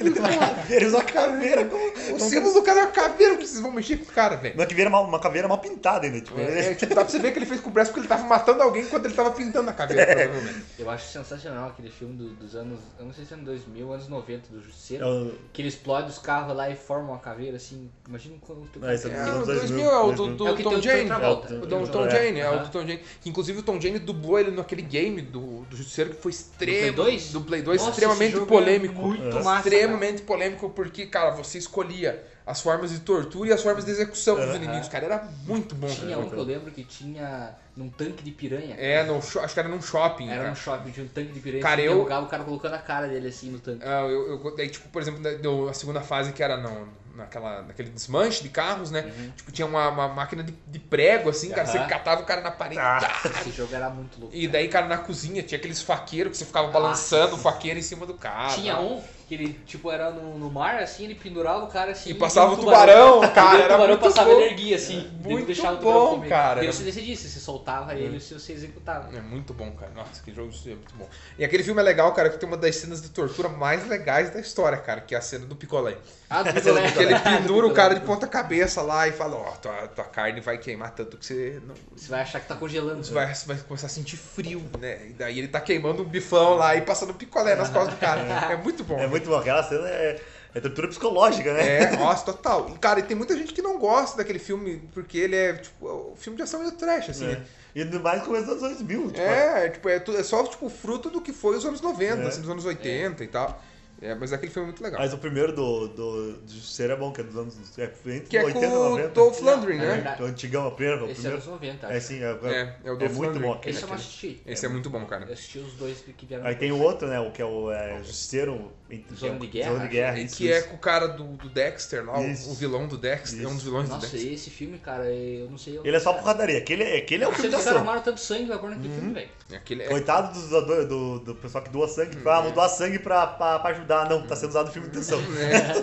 Ele tem uma caveira, ele usa uma caveira. Como... O símbolo do cara é uma caveira, por que vocês vão mexer com o cara, velho? Uma caveira mal, uma caveira mal pintada ainda. Tipo, É, é, tipo, dá pra você ver que ele fez com o braço porque ele tava matando alguém quando ele tava pintando a caveira, provavelmente. Eu acho sensacional aquele filme do- dos anos. Eu não sei se é anos 2000, anos 90, violento do Justiceiro. Eu- Que ele explode os carros lá e forma uma caveira, assim. Imagina quanto. Não, esse é É, dos o anos 2000, 2000, é o do, 2000. do É o que Tom tem o John Jane. Travolta. O do O John Tom Travolta. Jane, é o Aham. do Tom Jane. Que, inclusive o Tom Jane dublou ele naquele game do, do Justiceiro que foi extremo. Play 2? Do Play 2, Nossa, extremamente esse jogo é polêmico. muito massa, Extremamente polêmico porque, cara, você escolhia as formas de tortura e as formas de execução dos inimigos. Cara, era muito bom. Tinha um cara. que eu lembro que tinha num tanque de piranha. É, no, sho- acho que era num shopping. Era cara. um shopping, tinha um tanque de piranha. Cara, que eu- derrubava o cara colocando a cara dele assim no tanque. Ah, eu, eu- daí, tipo, por exemplo, na- deu a segunda fase que era não, naquela, naquele desmanche de carros, né? Tipo, tinha uma, uma máquina de, de prego, assim, cara. Você Uhum. Aham. catava o cara na parede. tá! Esse jogo era muito louco. E daí, cara, na cozinha tinha aqueles faqueiros que você ficava balançando o faqueiro em cima do cara. Tinha um que ele, tipo, era no, no mar, assim, ele pendurava o cara assim. E passava tinha o tubarão, cara, E daí era o tubarão muito passava bom. energia, assim. daí tu Muito deixava bom, tubarão comer. cara. Uhum. E você decidisse se soltava ele ou se você executava. É muito bom, cara. Nossa, que jogo é muito bom. E aquele filme é legal, cara, que tem uma das cenas de tortura mais legais da história, cara, que é a cena do picolé. Ah, do Porque picolé. né? *laughs* ele pendura o cara de ponta cabeça lá e fala, ó, tua, tua carne vai queimar tanto que você não, Você vai achar que tá congelando. Você vai, você vai começar a sentir frio, né? E daí ele tá queimando um bifão lá e passando picolé nas costas do *laughs* cara. É muito bom. É muito bom. Aquela cena é, é tortura psicológica, né? *laughs* É, nossa, total. E, cara, e tem muita gente que não gosta daquele filme, porque ele é, tipo, o filme de ação meio trash, É, assim, né? E ainda mais no começo dos anos 2000. Tipo, É, tipo, é, tu- é só, tipo, fruto do que foi os anos 90, É. assim, dos anos 80 e tal. É, mas aquele filme é muito legal. Mas o primeiro do, do, do Justiceiro é bom, que é dos anos é, entre que é 80 e com o 90. Dolph Lundgren, É né? verdade. O antigão, o primeiro. O Esse é primeiro. dos 90, É, acho. sim, é, É, é o é Dolph muito Lundgren. bom. aquele- Esse eu não aquele. assisti. Esse é muito bom, Eu cara. assisti os dois que vieram. Aí tem o outro, né? O que é o é, Justiceiro. entre- Zona de Guerra, Zona de guerra E isso, que é isso. com o cara do, do Dexter lá, o- Isso. o vilão do Dexter, é um dos vilões do Nossa, Dexter. esse filme, cara, eu não sei. eu- né? Ele é só porradaria. Aquele, aquele é o Não sei filme que da os caras ação. armaram tanto sangue agora naquele Uhum. filme, velho. Aquele é Coitado dos doadores- do, do pessoal que doa sangue. Ah, Hum. vou doar sangue pra, pra, pra ajudar. Não, tá sendo usado no filme de Hum. tensão. *laughs*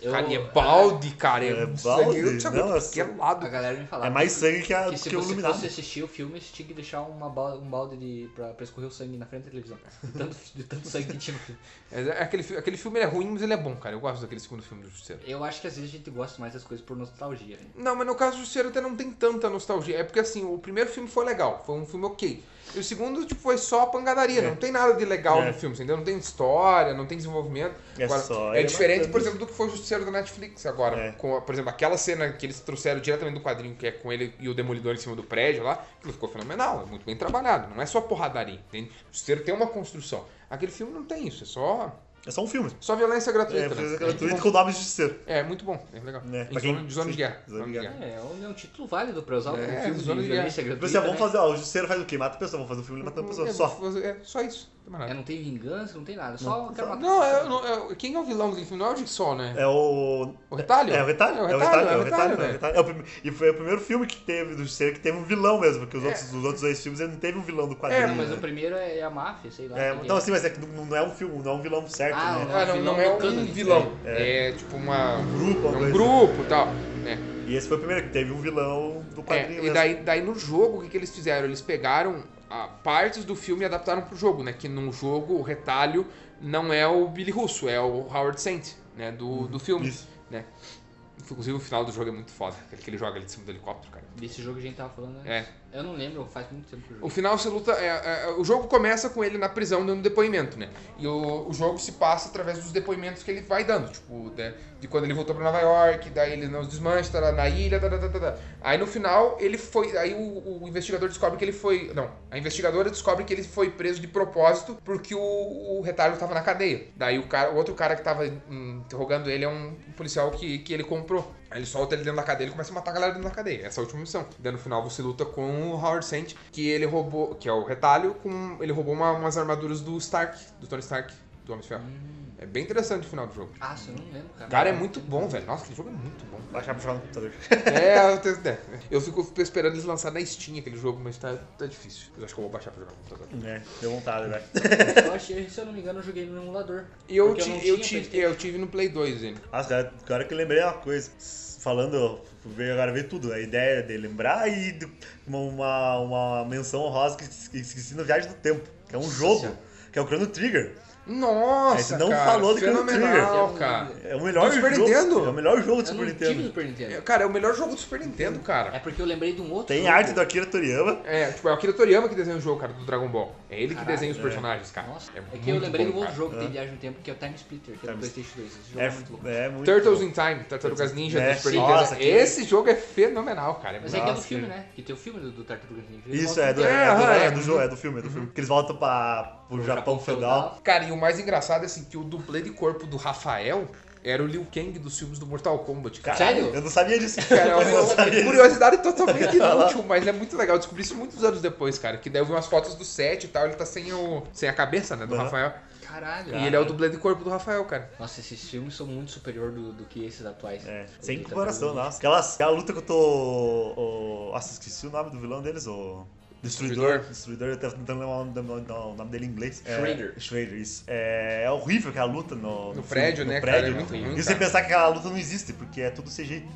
Eu- Cara, e né? é balde, cara. É, É um balde? sangue, eu não sabia Não, pra é que só- lado. A galera me falava. É mais que- sangue que, a, Que se que o você Iluminado. fosse assistir o filme, você tinha que deixar uma ba- um balde de, pra, pra escorrer o sangue na frente da televisão. De tanto, de tanto sangue que tinha no filme. É, é aquele, fi- aquele filme ele é ruim, mas ele é bom, cara. Eu gosto daquele segundo filme do Justiceiro. Eu acho que às vezes a gente gosta mais das coisas por nostalgia. Né? Não, mas no caso do Justiceiro até não tem tanta nostalgia. É porque assim, o primeiro filme foi legal, foi um filme ok. E o segundo, tipo, foi só pancadaria. Não tem nada de legal É. no filme, entendeu? Não tem história, não tem desenvolvimento. É só é ele diferente, matando. por exemplo, do que foi o Justiceiro da Netflix agora. É. Com, a- por exemplo, aquela cena que eles trouxeram diretamente do quadrinho, que é com ele e o Demolidor em cima do prédio lá, aquilo ficou fenomenal, é muito bem trabalhado. Não é só porradaria, entende? O Justiceiro tem uma construção. Aquele filme não tem isso, é só, É só um filme. só violência gratuita. É, né? fez É aquela muito bom. tweet com o nome de Justiceiro. É, muito bom, é legal. Né, Em pra quem- zona, de zona de sim, guerra. zona de guerra. É, é um, é um título válido pra usar É, um filme zona de de guerra. violência gratuita. Você, "Ah, vamos né? fazer, ó, o Justiceiro faz o quê? Mata a pessoa, vamos fazer um filme matando a pessoa. É, Só. vou fazer- É, só isso. Não tem mais É, nada. não tem vingança, não tem nada. Só eu quero matar. Não, é, não, é- quem é o vilão daquele filme? Não é o Jigsaw, né? É o. O Retalho? É o retalho, É o retalho, é o retalho, é o velho. retalho. É o prime- E foi o primeiro filme que teve do Justiceiro que teve um vilão mesmo, É. porque os, outros, os outros dois filmes ele não teve um vilão do quadrinho. Não, mas né? o primeiro é a máfia, sei lá. É, quem que não, é. assim, mas é que não, não é um filme, não é um vilão certo, Ah, né? Ah, não, não é um Vilão do vilão. É, tipo uma, grupo, é uma um coisa. assim. grupo e tal. né? E esse foi o primeiro que teve um vilão É, do Um quadrinho. e mesmo. daí, daí no jogo, o que, que eles fizeram? Eles pegaram ah, partes do filme e adaptaram pro jogo, né? Que no jogo o retalho não é o Billy Russo, é o Howard Saint, né? Do, do filme. Uhum. Isso. Né? Inclusive o final do jogo é muito foda. Aquele que ele joga ali de cima do helicóptero, cara. Desse jogo que a gente tava falando, né? É. Eu não lembro, faz muito tempo que eu O jogo. final você luta. é, é, o jogo começa com ele na prisão dando depoimento, né? E o, o jogo se passa através dos depoimentos que ele vai dando. Tipo, né, de quando ele voltou pra Nova York, daí ele nos desmancha, tá lá na ilha, tá, tá, tá, tá, tá. Aí no final ele foi. Aí o, o investigador descobre que ele foi. Não, a investigadora descobre que ele foi preso de propósito porque o, o retalho tava na cadeia. Daí o, cara, o outro cara que tava hum, interrogando ele é um policial que, que ele comprou. Aí ele solta ele dentro da cadeia e começa a matar a galera dentro da cadeia. Essa é a última missão. Daí no final você luta com o Howard Saint, que ele roubou, que é o retalho, com ele roubou uma- umas armaduras do Stark, do Tony Stark, do Homem de Ferro. Hum. É bem interessante o final do jogo. Ah, eu não lembro, cara. Cara, é muito bom, velho. Nossa, aquele jogo é muito *laughs* bom. Baixar pra jogar no *laughs* computador. É, eu, tenho- é. eu fico esperando eles lançar na Steam aquele jogo, mas tá, tá difícil. Eu acho que eu vou baixar pra jogar no computador. é, deu vontade, velho. Eu achei, se eu não me engano, eu joguei no emulador. E eu, Porque ti- não eu, tinha tive, é, PlayStation. eu tive no Play 2 ele. Nossa, cara, agora que eu lembrei uma coisa. Falando, veio agora veio tudo. A ideia de lembrar e do- uma, uma, uma menção honrosa que esque- esqueci no Viagem do Tempo. Que é um jogo. que é o Chrono Trigger. Nossa, É, você não cara, falou do Chrono fenomenal, Trigger. cara. É o melhor Do Super jogo. Nintendo? É o melhor jogo do Eu Super não tive Nintendo. Super Nintendo. Cara, é o melhor jogo do Super Nintendo, É cara. porque eu lembrei de um outro. Tem jogo. arte do Akira Toriyama. É, tipo, é o Akira Toriyama que desenha o jogo, cara, do Dragon Ball. É ele que Caralho, desenha os personagens, cara. Nossa, é, que muito eu lembrei de um bom, outro cara. jogo que tem viagem no tempo, que é o Time Splitter, que é do PlayStation 2. Esse jogo é, muito louco. É, é muito Turtles bom. in Time, Tartarugas Ninja É, do Super sim. Nintendo. Nossa, que- Esse jogo é fenomenal, cara. Mas é que é do Nossa, filme, cara. né? Que tem o filme do, do Tartaruga Ninja. Eles Isso, voltam é do, pro- é, do, É, é do jogo, é do filme, é do filme. Que eles voltam pra, pro Japão feudal. Cara, e o mais engraçado é assim, que o dublê de corpo do Rafael era o Liu Kang dos filmes do Mortal Kombat, cara. Sério? Eu não sabia disso. Cara, é *laughs* eu não uma sabia disso. curiosidade *laughs* totalmente inútil, mas é muito legal. Eu descobri isso muitos anos depois, cara. Que daí eu vi umas fotos do set e tal, ele tá sem, o, sem a cabeça, né, do Aham. Rafael. Caralho. E ele é o dublê de corpo do Rafael, cara. Nossa, esses filmes são muito superior do, do que esses atuais. É, O sem do comparação, Tartaruga nossa. Aquela, aquela luta que eu tô. O, nossa, esqueci o nome do vilão deles, o. Destruidor. Destruidor, eu tava tentando lembrar o nome, o nome dele em inglês. É, Schrader. Schrader, isso. É, é horrível aquela luta no. No prédio, né, cara, é muito ruim, E você cara. pensar que aquela luta não existe, porque é tudo CG. Ninja.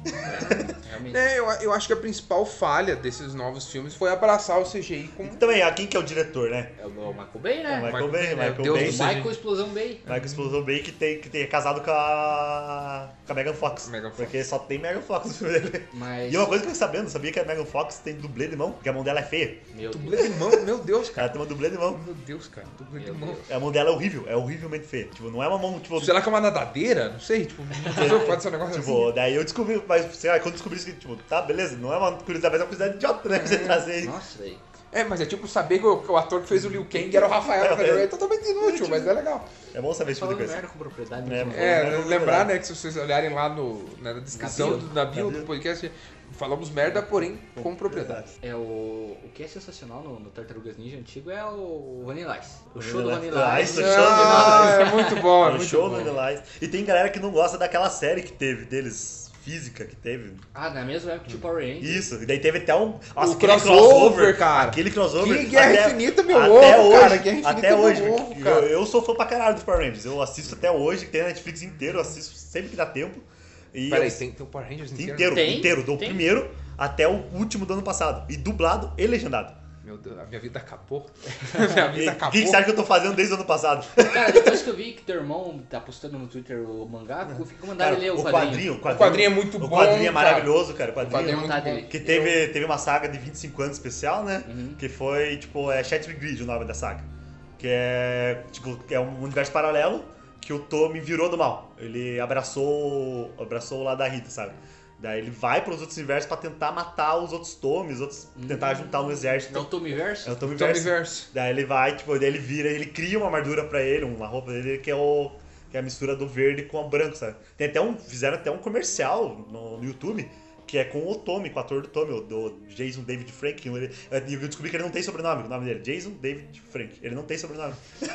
Realmente. É, eu, eu acho que a principal falha desses novos filmes foi abraçar o CGI com. E também, ah, quem que é o diretor, né? É o do Michael Bay, É o né? Michael Bay, Bay, né? Michael Deus Bay. do CG. Michael Explosão Bay. Michael Explosão Bay que, tem, que tem, é casado com a. com a Megan Fox. Megan Fox. É porque só tem Megan Fox no filme dele. Mas. E uma coisa que eu fiquei sabendo, sabia que a Megan Fox tem dublê de mão, porque a mão dela é feia. Meu Deus. Dublê de mão, meu Deus, cara. Ela tem uma dublê de mão. Meu Deus, cara. Dublê de Meu mão. Deus. A mão dela é horrível, é horrivelmente feia. Tipo, não é uma mão, tipo. Será que é uma nadadeira? Não sei, tipo, *laughs* pode ser um negócio Tipo, daí eu descobri, mas sei lá, quando eu descobri isso, que, tipo, tá, beleza, não é uma curiosidade, mas é uma curiosidade idiota, né? Pra você trazer. Nossa, velho. assim. É, mas é tipo saber que o, que o ator que fez o Liu Kang era o Rafael, cara. É totalmente inútil, mas é legal. É bom saber esse tipo de Falando coisa. merda com propriedade. né, É, muito bom. É, Vamos lembrar, lembrar. né, que se vocês olharem lá no, né, na descrição Na bio. do, na bio Na do bio. podcast, falamos merda, porém com Tá. propriedade. É o, o que é sensacional no, no Tartarugas Ninja antigo é o Vanilla Ice. O show do Vanilla Ice. Vanilla Ah, Ice. isso é show do Vanilla Ah, é muito bom, é É um muito show bom. do Vanilla Ice. E tem galera que não gosta daquela série que teve deles, física que teve. Ah, na mesma Hum. época, tipo Power Rangers. Isso, e daí teve até um. O crossover, cara. Aquele crossover. Que Guerra até- Infinita, meu até ovo, hoje, cara, Guerra Infinita até é meu hoje, ovo, eu- cara. Eu, sou fã pra caralho do Power Rangers. Eu assisto até hoje, que tem na Netflix inteiro, eu assisto sempre que dá tempo. E Peraí, eu- tem, tem o Power Rangers inteiro? inteiro, Tem? inteiro, do Tem? primeiro até o último do ano passado. E dublado e legendado. Meu Deus, a minha vida *laughs* acabou. minha E vida O acabou. que, que você acha que eu tô fazendo desde o ano passado? Cara, depois que eu vi que teu irmão tá postando no Twitter o mangá, eu fico mandando É. Cara, ele ler o o quadrinho, o quadrinho. O quadrinho é muito bom. O quadrinho cara. é maravilhoso, cara. O O quadrinho, quadrinho é muito Vontade bom. dele. Que teve, teve uma saga de 25 anos especial, né? Uhum. Que foi, tipo, é Shattered Grid o nome da saga. Que é, tipo, que é um universo paralelo que o Tommy virou do mal. Ele abraçou, abraçou o lado da Rita, sabe? Daí ele vai pros outros universos pra tentar matar os outros Tommys, outros, tentar juntar um exército. É o Tomiverse? É o Tommy Tommy Verso. Verso. Daí ele vai, tipo, daí ele vira, ele cria uma armadura pra ele, uma roupa dele, que é o. Que é a mistura do verde com o branco, sabe? Tem até um. Fizeram até um comercial no, no YouTube que é com o Tommy, com o ator do Tommy, o do Jason David Frank. Ele, eu descobri que ele não tem sobrenome, o nome dele. é Jason David Frank. Ele não tem sobrenome. *laughs*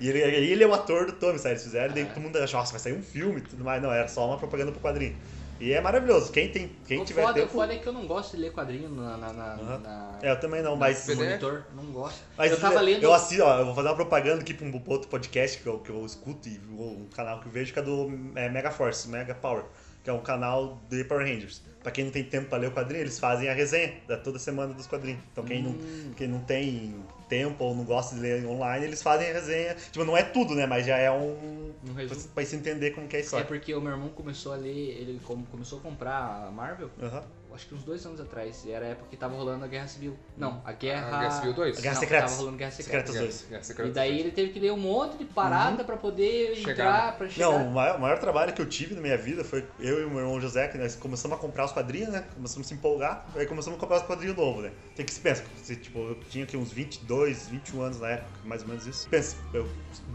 e ele, ele é o ator do Tommy, sabe? Eles fizeram, daí todo mundo achou, nossa, vai sair um filme e tudo mais. Não, era só uma propaganda pro quadrinho. E é maravilhoso. Quem tem. Quem o tiver foda, o tempo. foda é que eu não gosto de ler quadrinho na, na, na, Aham. na- É, eu também não, mas. no monitor. Não gosto. Mas é, eu tava lendo. Eu assisto, ó, eu vou fazer uma propaganda aqui pra um pra outro podcast que eu, que eu escuto e um canal que eu vejo que é do é, Mega Force, Mega Power, que é um canal de Power Rangers. Pra quem não tem tempo pra ler o quadrinho, eles fazem a resenha da toda semana dos quadrinhos. Então quem, Hum. não, quem não tem tempo ou não gosta de ler online, eles fazem a resenha. Tipo, não é tudo, né? Mas já é um. Um pra, resumo. pra se entender como que é a É história. porque o meu irmão começou a ler, ele com- começou a comprar a Marvel, Aham. acho que uns dois anos atrás, e era a época que tava rolando a Guerra Civil. Não, a Ah, Guerra... A Guerra Civil 2. A Guerra Não, Secretas. Tava rolando Guerra Secreta. Secretas 2. É, E Secret- daí ele teve que ler um monte de parada pra poder Chegar, entrar, pra chegar. Uhum. Não, tá o maior, o maior trabalho que eu tive na minha vida foi eu e o meu irmão José, que nós começamos a comprar os quadrinhos, né? Começamos a se empolgar, aí começamos a comprar os quadrinhos novos, né? Tem que se pensa, você, tipo, eu tinha aqui uns 22, 21 anos na época, mais ou menos isso. Pensa, eu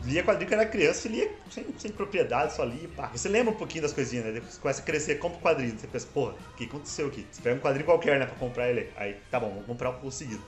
lia quadrinho que era criança e lia sem, sem propriedade, só lia, pá. Você lembra um pouquinho das coisinhas, né? Depois você começa a crescer, compra o quadrinho, você pensa, porra, o que aconteceu aqui? Você pega um quadrinho qualquer, né, pra comprar ele. Aí, tá bom, vamos comprar o seguido.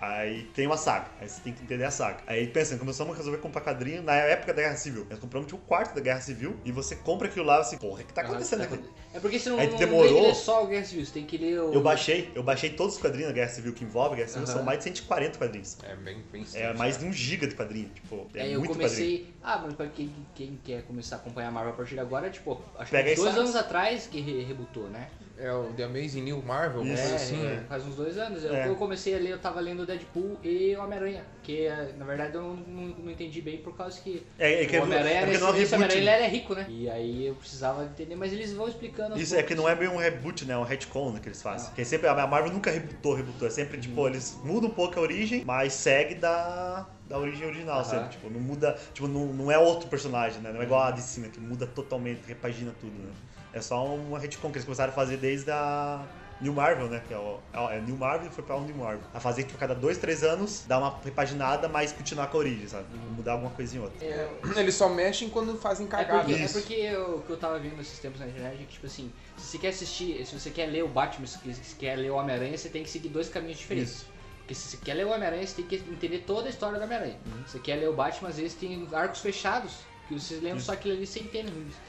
Aí tem uma saga, aí você tem que entender a saga. Aí pensa, começamos a resolver comprar quadrinho um na época da Guerra Civil. Nós compramos tipo o quarto da Guerra Civil e você compra aquilo lá e assim, porra, o que tá Ah, acontecendo tá aqui? *laughs* acontecendo. É porque você não, Aí não tem que demorou. ler só o Guerra Civil, você tem que ler o... Eu baixei, eu baixei todos os quadrinhos da Guerra Civil que envolve a Guerra Civil, Aham. são mais de 140 quadrinhos. É bem, bem É extenso, mais né? de um giga de quadrinho, tipo, é, Aí eu muito quadrinho. comecei. Ah, mas pra quem, quem quer começar a acompanhar a Marvel a partir de agora, tipo, acho que Pega uns esse dois lado. anos atrás que re- rebutou, né? É o The Amazing New Marvel, Isso. alguma É, coisa assim, é, né? faz uns dois anos. Eu, É. eu comecei a ler, eu tava lendo Deadpool e Homem-Aranha. Que eh, na verdade eu não, não- não entendi bem por causa que. É, é que o é Homem-Aranha porque nesse, não é um nesse Homem-Aranha ele reboot. era rico, né? E aí eu precisava entender, mas eles vão explicando. aos Isso é poucos. que não é bem um reboot, né? É um retcon né, que eles fazem. Porque sempre, a Marvel nunca rebootou, rebootou. É sempre, tipo, eles mudam um pouco a origem, mas segue da, da origem original, Aham. sempre. Tipo, não muda. Tipo, não, não é outro personagem, né? Não é igual a DC, né? Que muda totalmente, repagina tudo, né? É só uma retcon que eles começaram a fazer desde a. New Marvel, né? Que é, o, é o- é New Marvel e foi pra New Marvel. A fazer tipo, a cada dois, três anos, dar uma repaginada, mas continuar com a origem, sabe? Mudar alguma coisa em outra. Assim, Eles só mexem quando fazem É cagada. porque, é Isso. porque eu, que eu tava vendo esses tempos na internet é que, tipo assim, se você quer assistir, se você quer ler o Batman, se você quer ler o Homem-Aranha, você tem que seguir dois caminhos diferentes. Porque se você quer ler o Homem-Aranha, você tem que entender toda a história do Homem-Aranha. Uhum. Se você quer ler o Batman, às vezes tem arcos fechados, que vocês lembram só aquilo ali sem ter,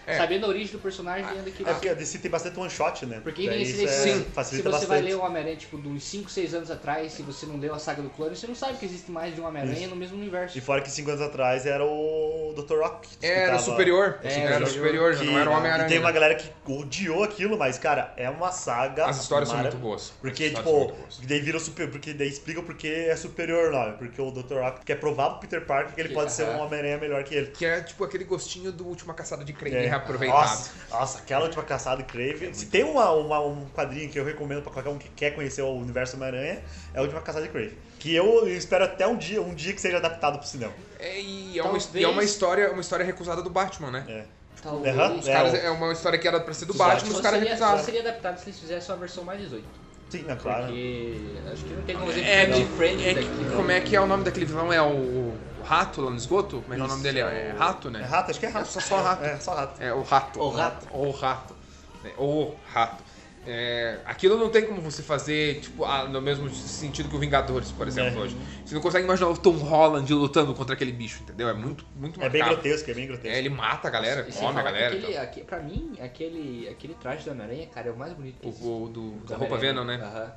É. sabendo a origem do personagem e ainda que É porque a DC tem bastante one shot, né? porque Daí nem isso esse é, sim, se você facilita bastante. vai ler o Homem-Aranha, tipo, de uns 5, 6 anos atrás, se você não leu a saga do clone, você não sabe que existe mais de um Homem-Aranha Isso. no mesmo universo. E fora que cinco anos atrás era o Dr. Rock. que É, Era disputava- o superior. É, era o superior, já que- não era o E tem uma Homem-Aranha. galera que odiou aquilo, mas, cara, é uma saga. As histórias são mara- muito boas. Porque, As histórias são tipo, muito boas. daí vira o super. Porque daí explica porque é superior o nome. Porque o Dr. Rock quer provar pro Peter Parker que ele Que- pode ser aham. um Homem-Aranha melhor que ele. Que é tipo aquele gostinho do Última Caçada de Crane É. reaproveitado. É Nossa, nossa, aquela última caçada de Crave. Se tem uma, uma- um quadrinho que eu recomendo pra qualquer um que quer conhecer o universo Homem-Aranha, é a última caçada de Crave. Que eu espero até um dia, um dia que seja adaptado pro cinema. É, e é, uma, Talvez- e é uma história, uma história recusada do Batman, né? É. Talvez. Aham, Os É, caras, o- é uma história que era pra ser do Os Batman, Batman os Então, Só caras seria, só recusaram. seria adaptado se eles fizessem uma versão mais 18. Sim, né, claro. Porque acho que não tem como exemplo É, de que- Friends é daqui. que- né? como é que é o nome daquele vilão? É o, o Rato lá no esgoto? Como é que é o nome dele? É Rato, né? É rato? Acho que é rato. É só- só rato. É, só rato. É o rato. O rato. O rato. né? O rato. É, aquilo não tem como você fazer, tipo, ah, no mesmo sentido que o Vingadores, por exemplo, É. hoje. Você não consegue imaginar o Tom Holland lutando contra aquele bicho, entendeu? É muito, muito É bem macabro. grotesco, é bem grotesco. É, ele mata a galera, E sem come a falar é que galera. Aquele, então. aque- pra mim, aquele, aquele traje do Homem-Aranha, cara, é o mais bonito que existe. O, o do, Do da roupa Venom, Homem-Aranha. né? Aham.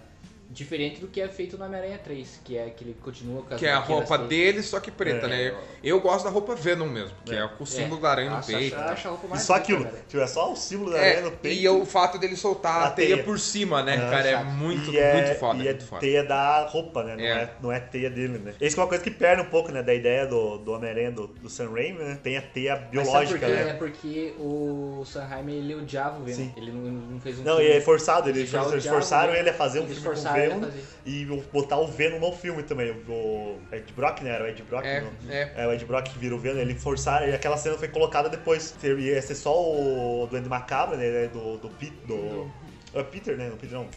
Diferente do que é feito no Homem-Aranha 3, que é que ele continua com as Que é a marquinhas roupa dele. dele, só que preta, É. né? Eu gosto da roupa Venom mesmo, que é, com o símbolo da aranha no Nossa, peito. acho- acho a roupa E mais só bonita, aquilo. cara. Tipo, é só o símbolo da É, aranha no peito. e o fato dele soltar a, A teia, teia. por cima, né, É, cara? É chato. muito, E é- muito foda. E é muito foda. teia da roupa, né? Não É. é. não é teia dele, né? Isso que é uma coisa que perde um pouco, né? Da ideia do, do Homem-Aranha, do, do Sam Raimi, né? Tem a teia Mas sabe por biológica, quê? né? É porque o Sanheim ele odiava o Venom. Sim. Ele não, não fez um Não, filme. e é forçado, eles, Já eles odiava o forçaram né? Venom. ele a fazer um Eles filme com o forçaram ele a Venom fazer. e botar o Venom no filme também. O Ed Brock, né? Era o Ed Brock, É, não? é. o Ed Brock que vira o Venom, ele forçaram, e aquela cena foi colocada depois. Seria- Ia ser só o Duende Macabro, né? Do, do, Pete- do, é Peter, né? Não, Peter não.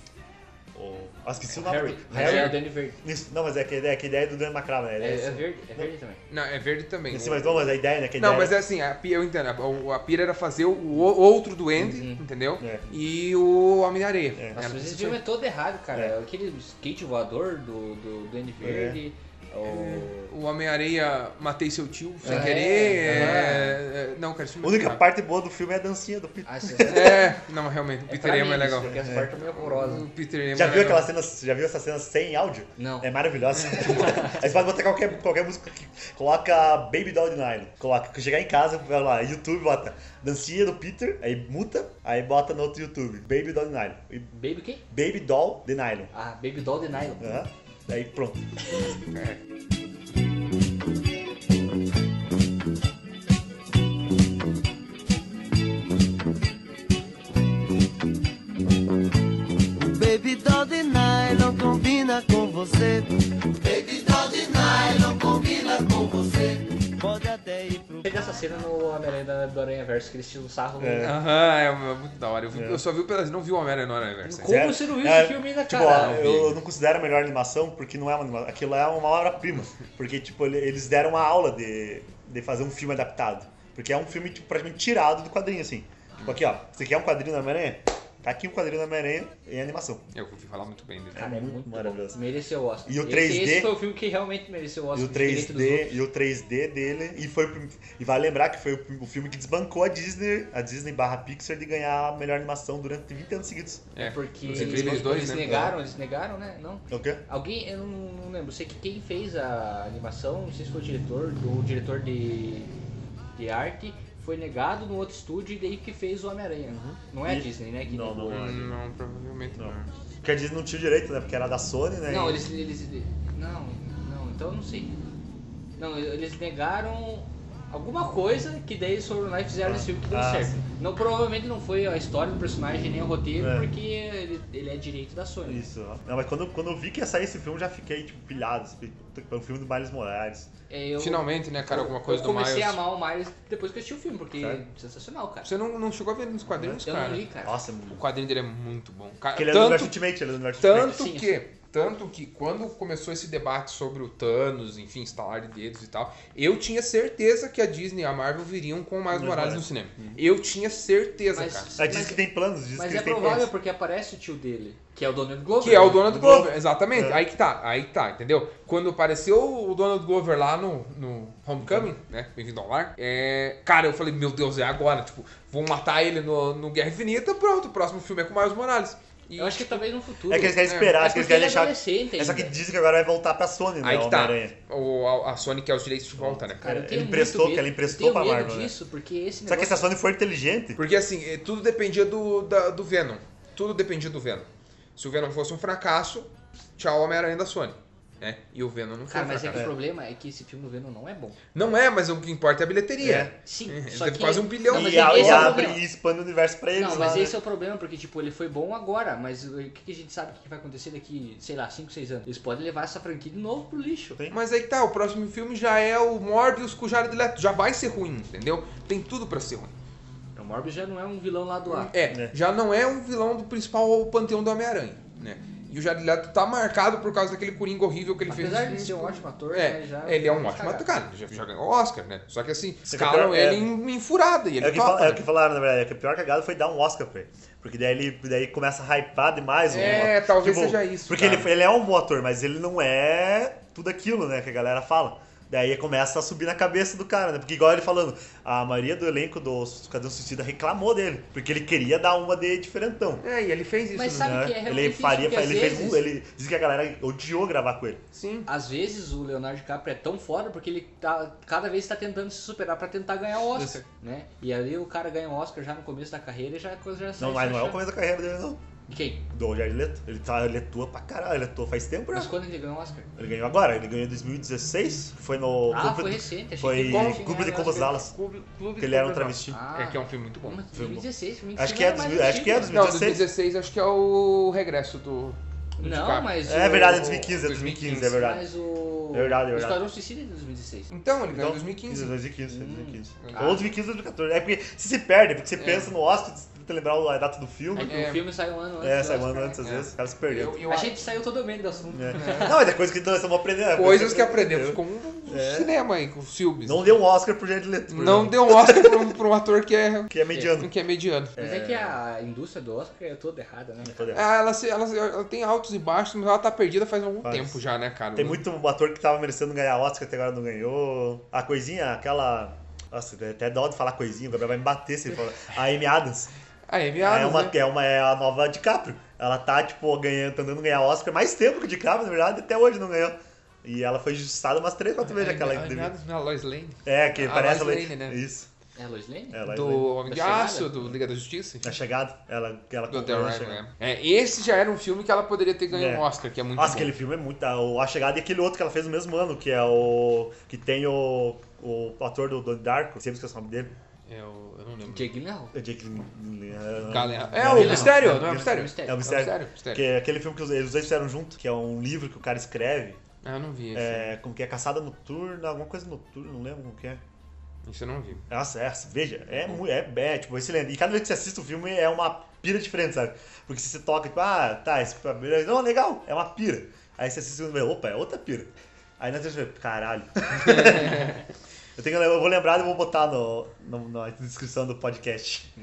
O, ah, esqueci o nome. Harry. do- Mas é o Danny Verde. Isso, não, mas é que, é que a ideia é do Duende Macabro, né? Ele É, é é esse- verde, é verde também. Não, é verde também. esse- mas, não, mas a ideia, né? Que a Não, ideia mas é era- assim, a, pi- eu entendo. A, o- a pira era fazer o, o outro duende, entendeu? É. E o Homem-Areia. É. Nossa, mas esse filme é todo errado, cara. É. Aquele skate voador do, do, do Andy Verde. É. O... O Homem-Areia matei seu tio sem É. querer. É. é- é- Não, cara, esse A filme é única muito parte boa do filme é a dancinha do Peter. Ah, *laughs* sim. errado. É, não, realmente, o É Peter Emo é pra legal. mim, Porque as partes meio horrorosas. O Peter Emo Já é viu legal. aquela cena, já viu essa cena sem áudio? Não. É maravilhosa. Tipo, Aí você pode botar qualquer, qualquer música aqui. Coloca Baby Doll de Nylon. Coloca, chegar em casa, vai lá, YouTube, bota dancinha do Peter, aí muta, aí bota no outro YouTube. Baby Doll de Nylon. E Baby quem? Baby Doll de Nylon. Ah, Baby Doll de Nylon. Aham. Aí pronto. Baby doll de nylon combina com você. Baby doll de nylon combina com você. Pode até ir pro Teve essa cena no Homem-Aranha da- do Aranha Verso, que eles tiram sarro no. É. Aham, é, é muito da hora. Eu, vi- eu só vi o pedaço, não vi o Homem-Aranha assim. no Aranha-Verso. Como você não viu esse filme ainda, tipo, cara? ó, eu não considero a melhor animação porque não é uma animação. Aquilo é uma *laughs* obra-prima. Porque, tipo, ele- eles deram uma aula de, de fazer um filme adaptado. Porque é um filme, tipo, praticamente tirado do quadrinho, assim. Tipo, aqui, ó. Você quer um quadrinho da Homem-Aranha? Tá aqui o quadrinho do Homem-Aranha em animação. Eu ouvi falar muito bem dele. Cara, é muito maravilhoso. Mereceu o Oscar. E o Esse- 3D? Esse, foi o filme que realmente mereceu o E Oscar. o diferente dos outros. 3D, e o 3D dele, e foi o prim- e vale lembrar que foi o prim- o filme que desbancou a Disney, a Disney barra Pixar de ganhar a melhor animação durante 30 anos seguidos. É, Porque Os eles, Incríveis dois, né? negaram, eles negaram, né? Não. É o quê? Alguém, eu não, não lembro, sei que quem fez a animação, não sei se foi o diretor, o diretor de, de arte, foi negado no outro estúdio e daí que fez o Homem-Aranha. Não é a Uhum. E- Disney, né? Que Não, negou. não é. Não, provavelmente não. Porque a Disney não tinha direito, né? Porque era da Sony, né? Não, E- eles, eles. Não, não, então eu não sei. Não, eles negaram alguma coisa que daí eles foram lá e fizeram esse filme que deu Ah, certo. sim. Não, provavelmente não foi a história do personagem nem o roteiro, É. porque ele, ele é direito da Sony. Isso. ó. Não, mas quando, quando eu vi que ia sair esse filme, eu já fiquei, tipo, pilhado. assim, puta, É o filme do Miles Morales. É, eu- Finalmente, né, cara, alguma coisa eu do comecei Miles. a amar o Miles depois que eu assisti o filme, porque Sério? é sensacional, cara. Você não, não chegou a ver nos quadrinhos, Eu cara? não li, cara. Nossa, O quadrinho dele é muito bom. Cara, porque ele é do tanto, universo Ultimate, ele é do universo Ultimate. tanto Sim, que, tanto que quando começou esse debate sobre o Thanos, enfim, estalar de dedos e tal, eu tinha certeza que a Disney e a Marvel viriam com o Miles Miles Morales no Morales. Uhum. cinema. Eu tinha certeza, Mas- cara. Aí É, diz que tem planos, diz Mas que é eles têm provável planos. porque aparece o tio dele, que é o Donald Glover. Que é o Donald O Glover, Glover. exatamente. É. Aí que tá, aí que tá, entendeu? Quando apareceu o Donald Glover lá no, no Homecoming, né? Bem-vindo ao lar. É, cara, eu falei, meu Deus, é agora. Tipo, vou matar ele no, no Guerra Infinita, pronto. O próximo filme é com o Miles Morales. E Eu acho que talvez no futuro. É que eles querem É. esperar, É acho que eles querem porque ele é deixar. adolescente É só que ainda. dizem que agora vai voltar pra Sony, né? aí o que tá. Homem-Aranha. O, a, a Sony quer os direitos de volta, né? Cara, eu Ele tenho muito emprestou, medo- que ela emprestou eu tenho pra medo Marvel, né? disso, porque esse Só que se a negócio... Sony for inteligente, Porque assim, eh, tudo dependia do, da- do Venom. Tudo dependia do Venom. Se o Venom fosse um fracasso, tchau Homem-Aranha da Sony. Né? E o Venom não foi Cara, um mas é que fracasso. o problema é que esse filme do Venom não é bom. Não é, mas o que importa é a bilheteria. É. Sim, Ele só teve que... quase um bilhão Não, de mas e, a- esse e é o abre problema. e expande o universo pra eles. Não, mas lá, né? esse é o problema, porque, tipo, ele foi bom agora, mas o que que a gente sabe que vai acontecer daqui, sei lá, 5, 6 anos? Eles podem levar essa franquia de novo pro lixo. Tem. Mas aí que tá, o próximo filme já é o Morbius com o Jared Leto. Já vai ser ruim, entendeu? Tem tudo pra ser ruim. O Morbius já não é um vilão lá do ar. É, É. já não é um vilão do principal panteão do Homem-Aranha, né? E o Jared Leto tá marcado por causa daquele Coringa horrível que ele Apesar fez. de ser um ótimo ator, É, né, já... ele é um ótimo cagado. ator, cara, já, já ganhou Oscar, né? Só que assim, Você escalam quer- é. ele em, em furada e ele É o, que topa, fal- é o né? que falaram, na verdade. É que a pior cagada foi dar um Oscar pra ele. Porque daí ele daí começa a hypar demais. o- Tipo, É, talvez seja isso, Porque ele, cara. ele é um bom ator, mas ele não é tudo aquilo, né? Que a galera fala. Daí começa a subir na cabeça do cara, né? Porque igual ele falando, a maioria do elenco do Cadê Suicida reclamou dele. Porque ele queria dar uma de diferentão. É, e ele fez isso, né? Mas sabe- né? que é realmente ele isso, faria, porque ele às fez vezes- um, ele diz que a galera odiou gravar com ele. Sim. Às vezes o Leonardo DiCaprio é tão foda porque ele tá, cada vez está tentando se superar pra tentar ganhar o Oscar, né? E aí o cara ganha o Oscar já no começo da carreira e já a coisa já sai Não, mas não é o fechando. começo da carreira dele, não. Quem? Do Jared Leto. Ele, tá, ele atua pra caralho, ele atua faz tempo, né? Mas quando ele ganhou o Oscar? Ele ganhou agora, ele ganhou em 2016, que foi no. Ah, Clube- foi recente, achei foi Clube que tinha de ganhado o Cobos Oscar. Alas, Clube, Clube que ele era um Cobra travesti. Ah, Não. É que é um filme muito bom. Mas Foi bom. 2016, 2016 Acho que é, mais dos- acho antigo, que é né? dos- Não, 2016? 2016 acho que é o regresso do. do Não, DiCaprio. mas É o- verdade, é Ah, 2015, é 2015, é verdade. Mas o... É verdade, é o Esquadrão verdade. Suicida é de 2016. Então, ele ganhou em Então, 2015. 2015, 2015. Ah. Ou 2015 ou 2014. É porque se se perde, porque você É. pensa no Oscar, você tenta lembrar a data do filme. É que É. o filme saiu um ano antes. É, do saiu um Oscar, ano né? antes, às É. vezes, os caras se perderam. Eu- eu A acho- gente saiu totalmente do assunto. É. Não, mas é coisa que nós estamos aprendendo. é coisa Coisas que aprendemos com o É. cinema aí, com o Silves. Não deu um Oscar pro Jared Leto. por Não exemplo, deu um Oscar pra um, pra um ator que é, Que *laughs* é mediano. que é mediano. Mas é que a indústria do Oscar é toda errada, né? Tô dentro. Ah, ela, se- ela, se- ela tem altos e baixos, mas ela tá perdida faz algum Faz. tempo já, né, cara? Tem muito ator que tava merecendo ganhar Oscar até agora não ganhou. A coisinha, aquela. Nossa, dá até dó de falar coisinha, o Gabriel vai me bater se ele falar. A *laughs* Amy Adams. Ah, é é, miado, uma, né? é, uma, é a nova DiCaprio. Ela tá, tipo, ganhando, tentando ganhar Oscar mais tempo que o DiCaprio, na verdade, até hoje não ganhou. E ela foi justiçada umas três, quatro vezes né, aquela é, entrevista. miado, na Lois Lane, É, que A parece Lois ela. Lane, né? Isso. É a Lois Lane? Ela do Homem de É Da chegada? Aço, do Liga da Justiça. A chegada. Ela, ela Do The acompanha a Arrival, chegada. é. É, esse já era um filme que ela poderia ter ganho É. um Oscar, que é muito Nossa, bom. aquele filme é muito. ah, o A Chegada e aquele outro que ela fez no mesmo ano, que é o. Que tem o. O ator do Donnie Darko, sempre esqueço o nome dele. É o- eu não lembro. Jake Gyllenhaal. É Jake. Galera. Galera. É o Mistério, não é o um Mistério? É o É o Mistério. Mistério. Que é aquele filme que os- eles dois fizeram junto, que é um livro que o cara escreve. Ah, eu não vi esse. É, como que é? Caçada noturna, alguma coisa noturna, não lembro como que é. Isso eu não vi. Nossa, é, veja, é, mu- é, é, tipo, excelente. E cada vez que você assiste o filme é uma pira diferente, sabe? Porque se você toca, tipo, ah, tá, esse filme, não, legal, é uma pira. Aí você assiste o filme, opa, é outra pira. Aí na terceira, vez, caralho. eu, tenho, que lem- eu vou lembrar e vou botar no, no- na descrição do podcast.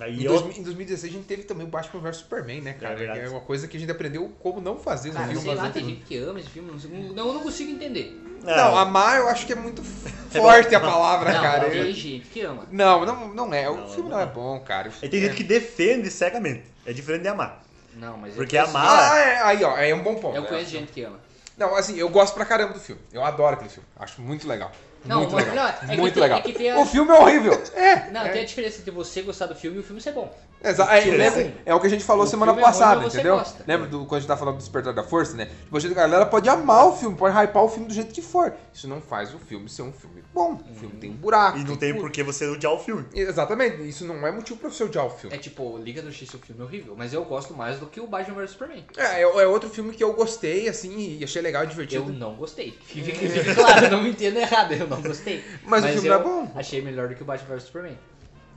Aí Em, eu- 2000 em 2016 a gente teve também o Batman vs Superman, né, cara? Que É, verdade. uma coisa que a gente aprendeu como não fazer os Cara, filmes. sei lá, tem gente que ama esse filme, não, sei- não, eu não consigo entender. É, Não, amar eu acho que é muito *laughs* forte a palavra, não, cara. tem Eu- gente que ama. Não, não, não é. O Não, filme não não é é. bom, cara. O Aí filme tem é- gente que defende cegamente. É diferente de amar. Não, mas Porque eu a conheço- mala- Ah, é, aí, ó, aí é um bom ponto. Eu né? conheço gente que ama. Não, assim, eu gosto pra caramba do filme. Eu adoro aquele filme. Acho muito legal. Não, muito mas- legal. não, é que muito tem- legal. é que tem a- O filme é horrível. É. Não, tem a diferença entre você gostar do filme e o filme ser bom. Exa- É, Sim. lembra- é o que a gente falou O semana filme é ruim, passada, mas você entendeu? gosta. Lembra do, quando a gente tá falando do Despertar da Força, né? Tipo, a gente- a galera pode amar o filme, pode hypar o filme do jeito que for. Isso não faz o filme ser um filme bom. O filme tem um buraco. E não tem por tudo. que você odiar o filme. Exatamente. Isso não é motivo pra você odiar o filme. É tipo, Liga da Justiça é um filme horrível, mas eu gosto mais do que o Batman vs Superman. É, é, é outro filme que eu gostei, assim, e achei legal e Eu divertido. não gostei. Fique, fique claro, não me entenda errado, eu não gostei. Mas o filme eu é bom. Achei melhor do que o Batman vs Superman.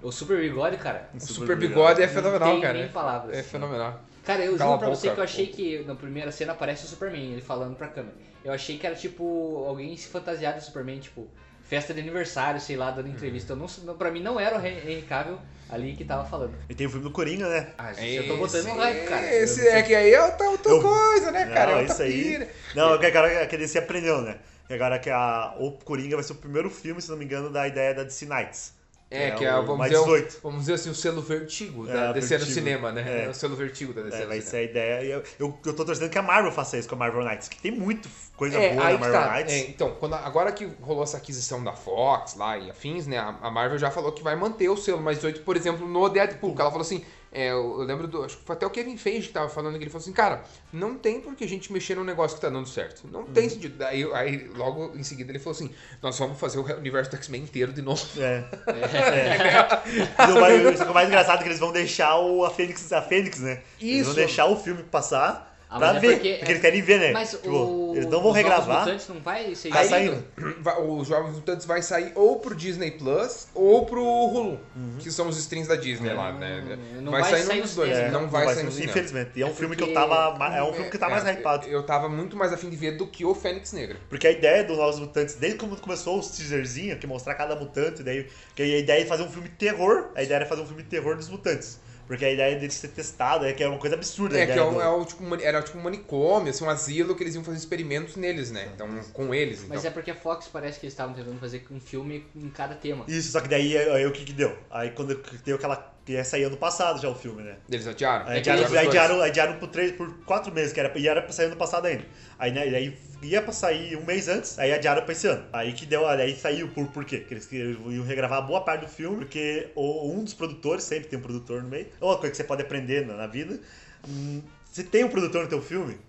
O Super Bigode, cara. O Super Bigode é fenomenal, tem cara. nem palavras. É fenomenal. Cara, eu Cala juro a pra boca, você que eu pô. achei que na primeira cena aparece o Superman, ele falando pra câmera. Eu achei que era tipo alguém se fantasiado do Superman, tipo, festa de aniversário, sei lá, dando entrevista. Eu não, sei- não- pra mim não era o Henry Cavill ali que tava falando. E tem o filme do Coringa, né? Ah, gente, eu tô botando Esse- no hype, cara. Esse Eu- é que aí é outra, outra Eu- coisa, né, cara? Não, é outra isso aí. pira. Não, é que agora que a DC aprendeu, né? E agora que a o Coringa vai ser o primeiro filme, se não me engano, da ideia da DC Knights. É, É, que é, o vamos, mais dizer, o- 18. vamos dizer assim, o selo vertigo É, da DC no vertigo. cinema, né? É. É o selo vertigo da DC É, no vai cinema. ser a ideia. e Eu, eu, eu tô torcendo que a Marvel faça isso com a Marvel Knights, que tem muito coisa É, boa aí que na Marvel tá. Knights. É, então, quando, agora que rolou essa aquisição da Fox lá e afins, né? A, a Marvel já falou que vai manter o selo mais 18, por exemplo, no Deadpool. que Ela falou assim, é, eu eu lembro do. Acho que foi até o Kevin Feige que tava falando que ele falou assim, cara, não tem por que a gente mexer num negócio que tá dando certo. Não Uhum. tem sentido. Daí, aí, logo em seguida, ele falou assim: nós vamos fazer o universo do X-Men inteiro de novo. É. *laughs* E o mais, o mais engraçado é que eles vão deixar o, a Fênix, a Fênix, né? Eles Isso. vão deixar o filme passar Ah, pra mas é ver. porque- Porque, é- eles querem ver, né? Mas Tipo, o... eles não vão os Novos regravar. Mutantes não vai ser Tá exibido? saindo. Va- Os Jovens Mutantes vai sair ou pro Disney Plus ou pro Hulu, Uhum. que são os streams da Disney lá, né? Uhum. Não vai, vai sair sair nos no dois, É, cinema. não, vai sair no sim, cinema. Infelizmente. E é um É filme que porque- eu tava. ma- É um filme que eu tava mais É, hypado. Eu, eu tava muito mais afim de ver do que o Fênix Negra. Porque a ideia do Novos Mutantes, desde quando começou os teaserzinhos, que mostrar cada mutante, daí. Que a ideia é fazer um filme terror. A ideia era fazer um filme terror dos mutantes. Porque a ideia deles ser testado é que é uma coisa absurda. a É, que ideia é um, do- é um tipo, mani- era tipo um manicômio, assim, um asilo que eles iam fazer experimentos neles, né? Então, com eles. Então. Mas é porque a Fox parece que eles estavam tentando fazer um filme em cada tema. Isso, só que daí aí o que que deu? Aí quando deu aquela. que Ia sair ano passado já o filme, né? é- Eles adiaram? Aí Adiaram adiaram, os aí dois. adiaram, adiaram por, três, por quatro meses, que era, e era pra sair ano passado ainda. Aí, né, e daí ia pra sair um mês antes, aí adiaram pra esse ano. Aí que deu, aí saiu por, por quê? Que eles queriam- iam regravar boa parte do filme, porque o, um dos produtores, sempre tem um produtor no meio, ou uma coisa que você pode aprender na, na vida. hum, se tem um produtor no teu filme,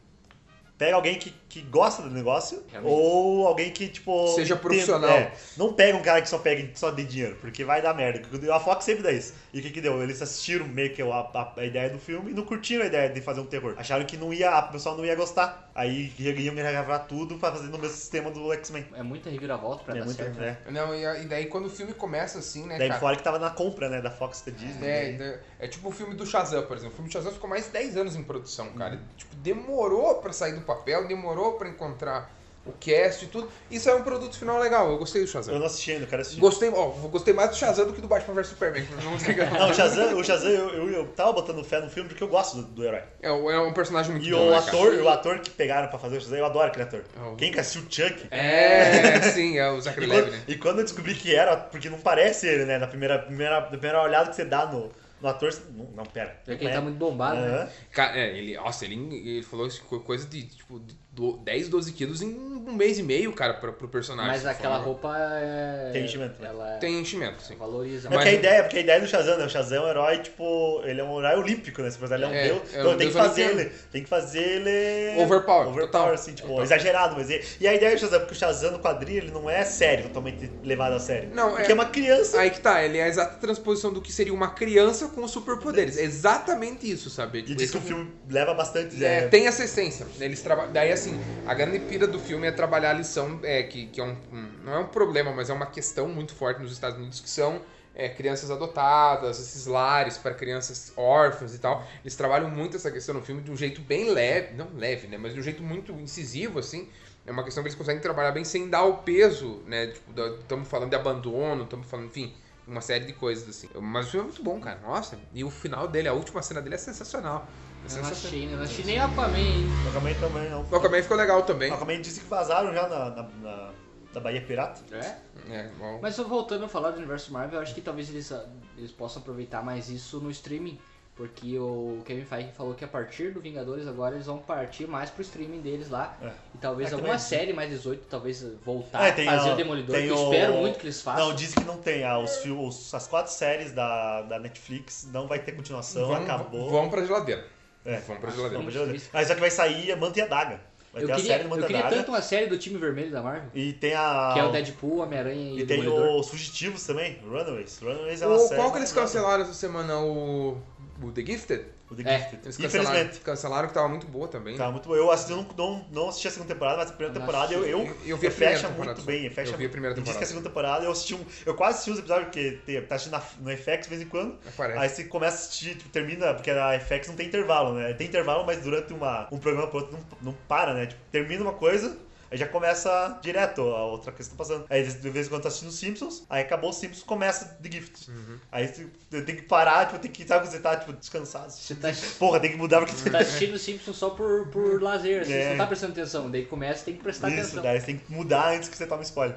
pega alguém que, que gosta do negócio, Realmente. ou alguém que, tipo... Seja tem- profissional. é, não pega um cara que só pega só de dinheiro, porque vai dar merda. A Fox sempre dá isso. E o que, que deu? Eles assistiram meio que a, a- a ideia do filme e não curtiram a ideia de fazer um terror. Acharam que não ia, o pessoal não ia gostar. Aí iam gravar tudo pra fazer no mesmo sistema do X-Men. É muita reviravolta pra É dar muito- certo. é. Não, e, a- e daí quando o filme começa assim, né, Daí cara? fora que tava na compra, né? Da Fox da Disney. É, né? é tipo o filme do Shazam, por exemplo. O filme do Shazam ficou mais de 10 anos em produção, cara. Uhum. Tipo, demorou pra sair do papel, demorou pra encontrar o cast e tudo. Isso é um produto final legal, eu gostei do Eu Shazam. não assisti ainda, eu quero assistir. Gostei, ó, gostei mais do Shazam do que do Batman vs Superman. Não sei o que- *laughs* Não, o Shazam, o Shazam eu, eu, eu tava botando fé no filme porque eu gosto do, do herói. É, um- é um personagem muito E bom, o né, ator, o ator que pegaram pra fazer o Shazam, eu adoro aquele ator. É o- Quem que assistiu o Chuck? Cara. *laughs* É, sim, é o Zachary E Levi, quando, né? e quando eu descobri que era, porque não parece ele, né? Na primeira, primeira, na primeira olhada que você dá no, no ator, você- não, não, pera. É que ele tá muito bombado, né? Aham. Cara, é, ele, nossa, ele, ele falou isso, co- coisa de, tipo, de do- 10, 12 quilos em um mês e meio, cara, pra, pro personagem. Mas aquela Fala. roupa é... Tem enchimento, né? Ela Tem enchimento, sim. valoriza. É porque a ideia, porque a ideia do Shazam, né? O Shazam é um herói, tipo, ele é um herói olímpico, né? Se você ele é um É, deus, é um então tem deus que fazer olimpiano. ele, tem que fazer ele... Overpower, total. Overpower, assim, tipo, exagerado, mas... E, e a ideia do Shazam, porque o Shazam no quadrinho, ele não é sério, totalmente levado a sério. Não, porque é- é uma criança. Aí que tá, ele é a exata transposição do que seria uma criança com superpoderes. É exatamente isso, sabe? E Tipo, diz que o esse- filme leva bastante... É, né? tem essa essência. Eles traba... Daí, assim, a grande pira do filme é trabalhar a lição, é, que, que é um, um- não é um problema, mas é uma questão muito forte nos Estados Unidos, que são é, crianças adotadas, esses lares para crianças órfãs e tal. Eles trabalham muito essa questão no filme de um jeito bem leve, não leve, né, mas de um jeito muito incisivo, assim. É uma questão que eles conseguem trabalhar bem sem dar o peso, né? Tipo, estamos falando de abandono, estamos falando, enfim, uma série de coisas, assim. Mas o filme é muito bom, cara. Nossa, e o final dele, a última cena dele é sensacional. É Eu não sensacional. achei, eu não achei nem Aquaman, hein? O Aquaman também não. O Aquaman ficou legal também. O Aquaman disse que vazaram já na, na, na- da Bahia Pirata. É? É, bom. Mas só voltando a falar do universo Marvel, eu acho que talvez eles, ah, eles possam aproveitar mais isso no streaming. Porque o Kevin Feige falou que a partir do Vingadores agora eles vão partir mais pro streaming deles lá. É. E talvez É, também alguma sim. série mais 18, talvez voltar É, a Tá, fazer a- o Demolidor, tem que eu o- espero muito que eles façam. Não, disse que não tem. Ah, os fil- os- as quatro séries da, da Netflix não vai ter continuação, Vamos- acabou. Vamos pra geladeira. É. Vamos pra Não, geladeira. mas eu- ah, só que vai sair a Manta e a Daga. Vai eu ter queria, a série do Manta eu e a queria Daga. tanto uma série do time vermelho da Marvel, E tem a. que é o Deadpool, Homem-Aranha e, E o tem Demolidor. os Fugitivos também, Runaways. Runaways é uma O, série. qual que eles maravilhosa. cancelaram essa semana? O, o The Gifted? O The É, Gifted. Eles cancelaram, Infelizmente. cancelaram que tava muito boa também. né? Tá, muito bom. Eu assisti, eu não, não, não assisti a segunda temporada, mas a primeira Eu não temporada eu, assisti. eu, Eu- eu vi a primeira fecha temporada muito só. bem. Fecha, Eu vi a primeira me Diz que temporada. a segunda temporada eu assisti um. Eu quase assisti os episódios, porque tem, tá assistindo na, no FX de vez em quando. Aparece. Aí você começa a assistir, tipo, termina, porque a FX não tem intervalo, né? Tem intervalo, mas durante uma, um programa pro outro não, não para, né? Tipo, termina uma coisa. Aí já começa direto a outra coisa que tá passando. Aí de vez em quando tá assistindo os Simpsons, aí acabou os Simpsons, começa The Gift. Uhum. Aí você tem que parar, tipo, tem que, sabe, quando você tá, tipo, descansado. assistindo. tá- *laughs* Porra, tem que mudar porque Uhum. Tá assistindo o Simpsons só por, por lazer, assim, É. você não tá prestando atenção. Daí começa, tem que prestar Isso, atenção. daí você tem que mudar antes que você tome *coughs* spoiler.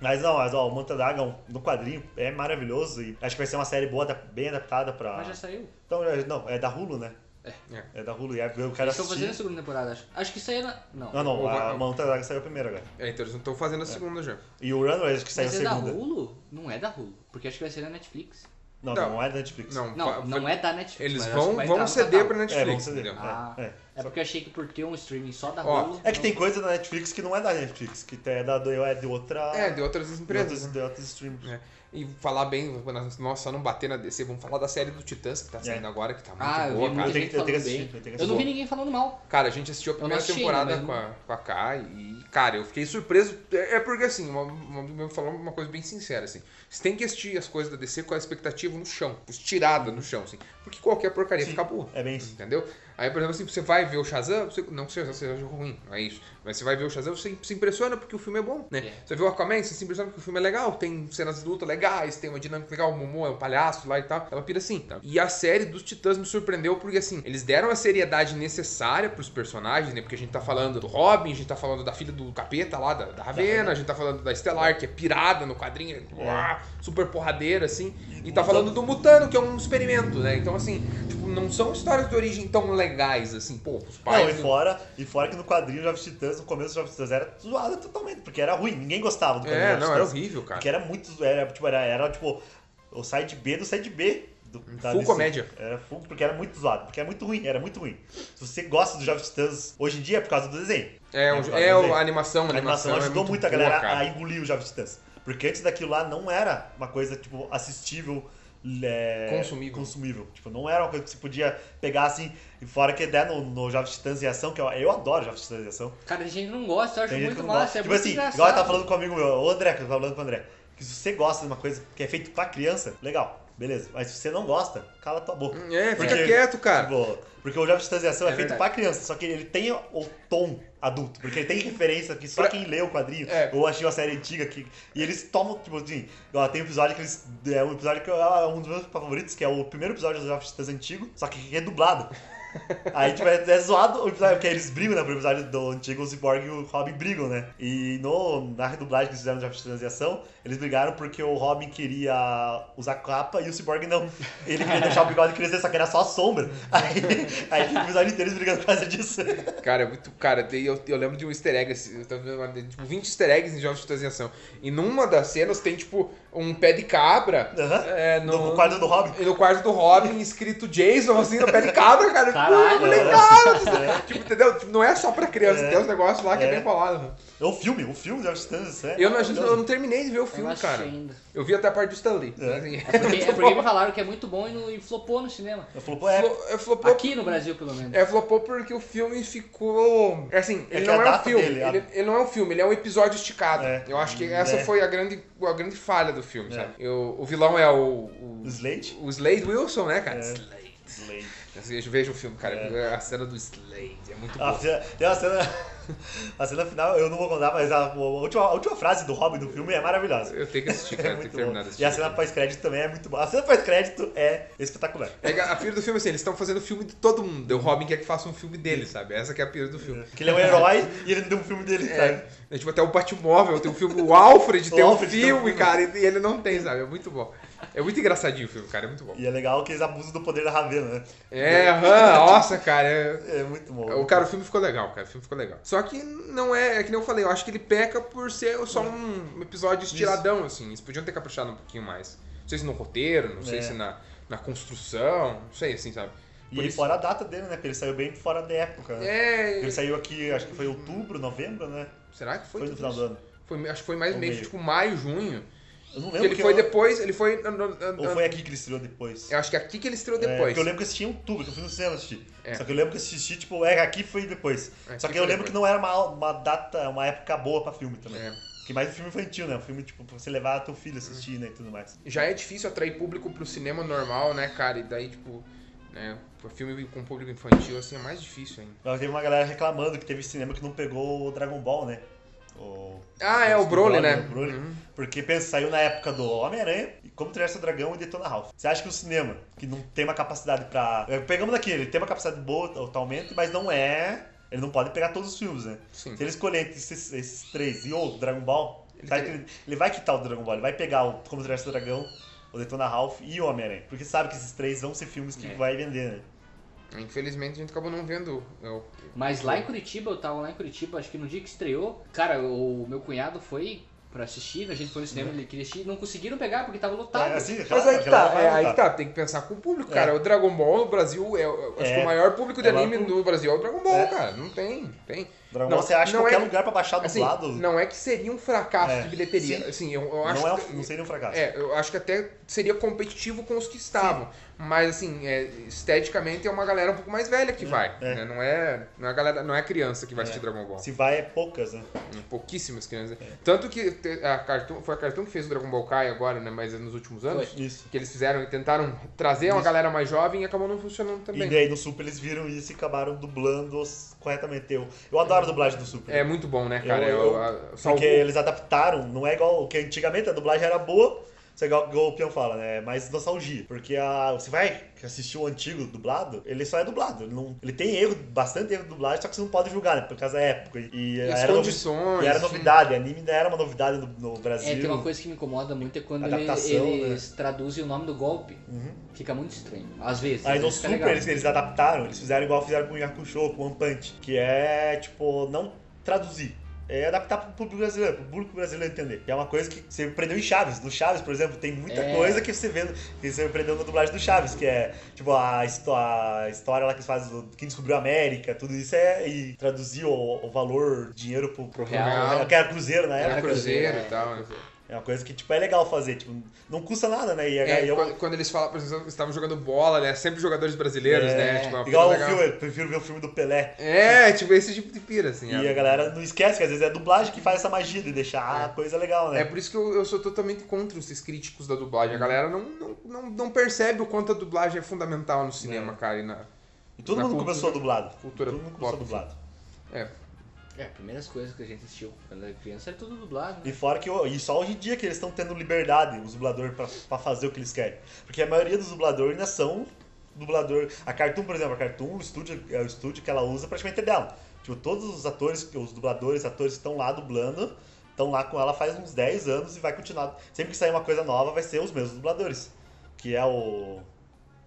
mas não, mas ó, o Manta d'Água um- no quadrinho é maravilhoso e acho que vai ser uma série boa, da- bem adaptada pra. Mas já saiu. Então, é- não, é da Hulu, né? É. É. da Hulu e é- eu quero Eles estão fazendo a assistir. segunda temporada, acho. Acho que isso aí é na... não. Não, não, Ou vai- a Manta d'Água saiu primeiro agora. É, então eles não estão fazendo a segunda já. E o Runway acho que saiu a Mas é da segunda. Hulu? Não é da Hulu, porque acho que vai ser na Netflix. Não, Não. não, é da Netflix. Não, fa- Não, não é da Netflix. Eles mas acho vão, que vai tá, vão entrar no ceder pra catálogo. Netflix. É, vão ceder. entendeu? Ah, É, é. é. porque eu achei que por ter um streaming só da Ó, Hulu... É que tem coisa da Netflix que não é da Netflix, que é, da, é de outra. É, de outras de empresas. outros, de outros streams. É. E falar bem, nós só não bater na DC, vamos falar da série do Titãs que tá saindo É. agora, que tá muito Ah, eu boa, vi cara. muita Eu tenho gente que- eu tenho que falando assistir, eu tenho que bem. Eu assistir. não vi ninguém falando mal. Cara, a gente assistiu a primeira não achei, temporada né, mas com, a, com a Kai e, cara, eu fiquei surpreso. É é porque, assim, uma, uma, vou falar uma coisa bem sincera, assim. Você tem que assistir as coisas da DC com a expectativa no chão, estirada no chão, assim. Porque qualquer porcaria fica boa. É bem isso. Entendeu? Aí, por exemplo, assim, você vai ver o Shazam, você- não que o Shazam seja ruim, não é isso. Mas você vai ver o Shazam, você se impressiona porque o filme é bom, né? É. Você vê o Aquaman, você se impressiona porque o filme é legal, tem cenas de luta legais, tem uma dinâmica legal, o Momo é um palhaço lá e tal. Ela pira assim, tá? E a série dos Titãs me surpreendeu porque, assim, eles deram a seriedade necessária pros personagens, né? Porque a gente tá falando do Robin, a gente tá falando da filha do capeta lá, da, da Ravena, a gente tá falando da Estelar, que é pirada no quadrinho, é, uá, super porradeira, assim. E tá falando do Mutano, que é um experimento, né? Então, assim, tipo, não são histórias de origem tão legais, assim. Pô, os Não, pais... e fora, e fora que no quadrinho o Jovens Titãs, no começo do Jovens Titãs era zoado totalmente, porque era ruim, ninguém gostava do quadrinho É, dos não, Jovens era Titãs. horrível, cara. Porque era muito. Era tipo, era, era, tipo o site B do site B. Do, Full comédia. Era full, porque era muito zoado, porque era muito ruim, era muito ruim. Se você gosta dos Jovens Titãs hoje em dia é por causa do desenho. É, por o- causa é do o- desenho. a animação, a A animação é ajudou muito, a boa, galera cara. a engolir os Jovens Titãs. Porque antes daquilo lá não era uma coisa, tipo, assistível. é, Consumível. consumível. Tipo, não era uma coisa que você podia pegar assim, e fora que der no, no Jovens Titãs em Ação, que eu, eu adoro Jovens Titãs em Ação. Cara, tem gente que não gosta, eu acho Tem gente que muito não gosta. massa, é tipo muito assim, engraçado. igual eu tava falando com um amigo meu, o André, que eu tava falando com o André, que se você gosta de uma coisa que é feito pra criança, legal, beleza. Mas se você não gosta, cala tua boca. É, fica Porque- quieto, cara. Tipo, porque o Jovem Titãs em Ação é, É feito verdade. pra criança, só que ele tem o tom adulto, porque ele tem referência que só Pra- quem lê o quadrinho É. ou achou a série antiga que e eles tomam tipo assim, ó, tem um episódio que eles é um episódio que é um dos meus favoritos, que é o primeiro episódio do Jovem Titãs antigo, só que é redublado. Aí, tipo, é, é zoado o episódio, porque eles brigam, né? Pro episódio do antigo, o Cyborg e o Robin brigam, né? E no, na redublagem que eles fizeram de transição, eles brigaram porque o Robin queria usar capa e o Cyborg não. Ele queria deixar o bigode crescer, só que era só a sombra. Aí, aí fica o episódio inteiro eles brigando por causa disso. Cara, é muito. Cara, tem- eu, eu lembro de um easter egg, assim, eu tava vendo, tem, tipo, 20 easter eggs em Jovens Titãs em Ação. E numa das cenas tem, tipo, um pé de cabra. Aham. é, no, No quadro do Robin. e no quarto do Robin, escrito Jason, assim, no pé de cabra, cara. Caralho. Pô, molecada! Tipo, entendeu? Tipo, não é só pra criança, É. tem uns negócios lá que é, É. bem falado. É um filme, um filme de Jovens Eu não, a gente- eu não terminei de ver o eu não filme, assisti cara. ainda. Eu vi até a parte do Stanley. Assim, É. É porque, é porque me falaram que é muito bom e, não- e flopou no cinema. Eu falou, pô, é, Eu flopou Aqui no Brasil, pelo menos. É, flopou porque o filme ficou. é Assim, É ele que a não é um data filme. dele, a- ele, ele não é um filme, ele é um episódio esticado. É. Eu acho que essa É. foi a grande, a grande falha do filme, É. sabe? Eu- o vilão é o. o Slade? o Slade Wilson, né, cara? É. Slade. Slade. Assim, Veja o filme, cara. A cena do Slade é muito Ah, boa. tem tem uma cena. A cena final, eu não vou contar, mas a, a última, a última frase do Robin do filme é maravilhosa. Eu tenho que assistir, cara. *laughs* É eu tenho muito que bom. terminar né? de assistir. E a cena pós-crédito também é muito boa. A cena pós-crédito é espetacular. É que a pira do filme é assim, eles estão fazendo filme de todo mundo. daí O Robin quer que faça um filme dele, sabe? Essa que é a pira do filme. Que *laughs* ele é um herói e ele não tem um filme dele, É, sabe? é tipo até o Batmóvel, tem um filme, o Alfred tem O um Alfred tem um filme, filme. cara, e ele não tem, sabe? É muito bom. É muito engraçadinho o filme, cara, é muito bom. E é legal que eles abusam do poder da Ravena, né? É, aham, nossa, cara. é- É muito bom. O cara, o filme ficou legal, cara, o filme ficou legal. Só que não é, é que nem eu falei, eu acho que ele peca por ser É. só um episódio estiradão, assim. Eles podiam ter caprichado um pouquinho mais. Não sei se no roteiro, não sei É. se na, na construção, não sei, assim, sabe? E Por aí isso- fora a data dele, né? Porque ele saiu bem fora da época, né? É, Ele saiu aqui, acho que foi outubro, novembro, né? será que foi? Foi tudo no final isso? do ano. Foi- acho que foi mais Ou meio que meio. tipo maio, junho. Eu não Que lembro ele que foi eu- depois, ele foi. eu- eu- eu- Ou foi aqui que ele estreou depois? Eu acho que aqui que ele estreou É, depois. porque eu lembro que eu assisti em outubro, que eu fui no cinema assistir. É. Só que eu lembro que eu assisti, tipo, é, aqui foi depois. É, Só aqui que eu foi lembro depois. que não era uma, uma data, uma época boa pra filme também. É. Porque mais um filme infantil, né? Um filme, tipo, pra você levar teu filho assistir, né? E tudo mais. Já é difícil atrair público pro cinema normal, né, cara? E daí, tipo, né, pro filme com público infantil, assim, é mais difícil ainda. Mas teve uma galera reclamando que teve cinema que não pegou o Dragon Ball, né? O... Ah, é o Broly, né? O Broly. Uhum. Porque pensa, saiu na época do Homem-Aranha, e como treinar seu dragão e Detona Ralph. Você acha que o cinema, que não tem uma capacidade pra. É, Pegamos daqui, ele tem uma capacidade boa totalmente, mas não é. Ele não pode pegar todos os filmes, né? Sim. Se ele escolher entre esses, esses três e outro Dragon Ball, Ele sabe que tem- ele, ele vai quitar o Dragon Ball, ele vai pegar o Como Treinar Seu Dragão, o Detona Ralph e o Homem-Aranha. Porque sabe que esses três vão ser filmes que É. vai vender, né? Infelizmente a gente acabou não vendo. é Eu... Mas lá em Curitiba, eu tava lá em Curitiba, acho que no dia que estreou, cara, o meu cunhado foi pra assistir, a gente foi no cinema, ele queria assistir, não conseguiram pegar porque tava lotado. É, assim, Tá Mas aquela- aí que aquela tá, vai é, aí lutar. que tá, tem que pensar com o público, cara. O Dragon Ball no Brasil, é, eu acho que o É. maior público de É lá anime pro- do Brasil é o Dragon Ball, É. cara. Não tem, tem. Dragon Não, Ball, você acha não qualquer é- lugar pra baixar Assim, dublado. não, não é que seria um fracasso É. de bilheteria. Sim. Assim, eu, eu acho é, que- um- não seria um fracasso. É, eu acho que até seria competitivo com os que estavam. Mas assim, é, esteticamente é uma galera um pouco mais velha que vai. é. né? Não é, não é a galera, não é a criança que vai É. assistir Dragon Ball. Se vai, é poucas, né? Pouquíssimas crianças. É. Tanto que te- a Cartoon, foi a Cartoon que fez o Dragon Ball Kai agora, né? Mas é nos últimos anos. Isso. Que eles fizeram e tentaram trazer uma galera mais jovem e acabou não funcionando E também. daí no Super eles viram isso e acabaram dublando os- corretamente. Eu, eu adoro a dublagem do Super. É muito bom, né, cara? Eu- Eu- eu- a- Porque salvou- eles adaptaram, não é igual. que antigamente a dublagem era boa, só igual, igual o Pião fala, né? É mais nostalgia. Porque a, você vai assistir o antigo dublado, ele só é dublado. Ele, não, ele tem erro, bastante erro de dublagem, só que você não pode julgar, né? Por causa da época. E, E as era novi- condições, E era sim. novidade, anime ainda era uma novidade no, no Brasil. É, tem uma coisa que me incomoda muito é quando ele- Adaptação, né? eles traduzem o nome do golpe. Fica muito estranho. Às vezes. Aí às no vezes fica Uhum. é Super legal. eles, eles adaptaram, eles fizeram igual fizeram com o Yakusho, com o One Punch, que é tipo, não traduzir. É adaptar pro público brasileiro, pro público brasileiro entender. Que é uma coisa que você aprendeu em Chaves. No Chaves, por exemplo, tem muita É. coisa que você vê, que você aprendeu na dublagem do Chaves, que é tipo a, histó- a história lá que eles fazem do quem descobriu a América, tudo isso é. E traduzir o, o valor, dinheiro pro, pro É, real. Que era Cruzeiro na Era época. né? Cruzeiro é, e tal. né? É uma coisa que tipo, é legal fazer, tipo, não custa nada, né? E, É, e eu- quando, quando eles falam, por exemplo, eles estavam jogando bola, né? Sempre jogadores brasileiros, É, né? Tipo, uma coisa igual o legal. filme, eu prefiro ver o filme do Pelé. É, tipo, esse tipo de pira, assim. E a é. galera não esquece que às vezes é a dublagem que faz essa magia de deixar a coisa legal, É né? por isso que eu, eu sou totalmente contra esses críticos da Uhum. dublagem. A galera não, não, não, não percebe o quanto a dublagem é fundamental no cinema, cara. E na... E todo na mundo cultura- começou dublado. cultura todo mundo começou pop, dublado. É, É, primeiras coisas que a gente assistiu quando era criança era tudo dublado. E Né? fora que eu- e só hoje em dia que eles estão tendo liberdade, os dubladores, pra, pra fazer o que eles querem. Porque a maioria dos dubladores ainda são dublador. A Cartoon, por exemplo, a Cartoon, o estúdio, é o estúdio que ela usa praticamente é dela. Tipo, todos os atores, os dubladores, atores que estão lá dublando, estão lá com ela faz uns 10 anos e vai continuar. Sempre que sair uma coisa nova, vai ser os mesmos dubladores. Que é o.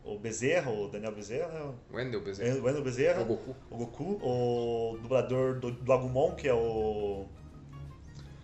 O Bezerra, o Daniel Bezerra, né? Wendell Bezerra. O Wendel Bezerra. O Goku. o Goku, o dublador do Dogumon, que é o.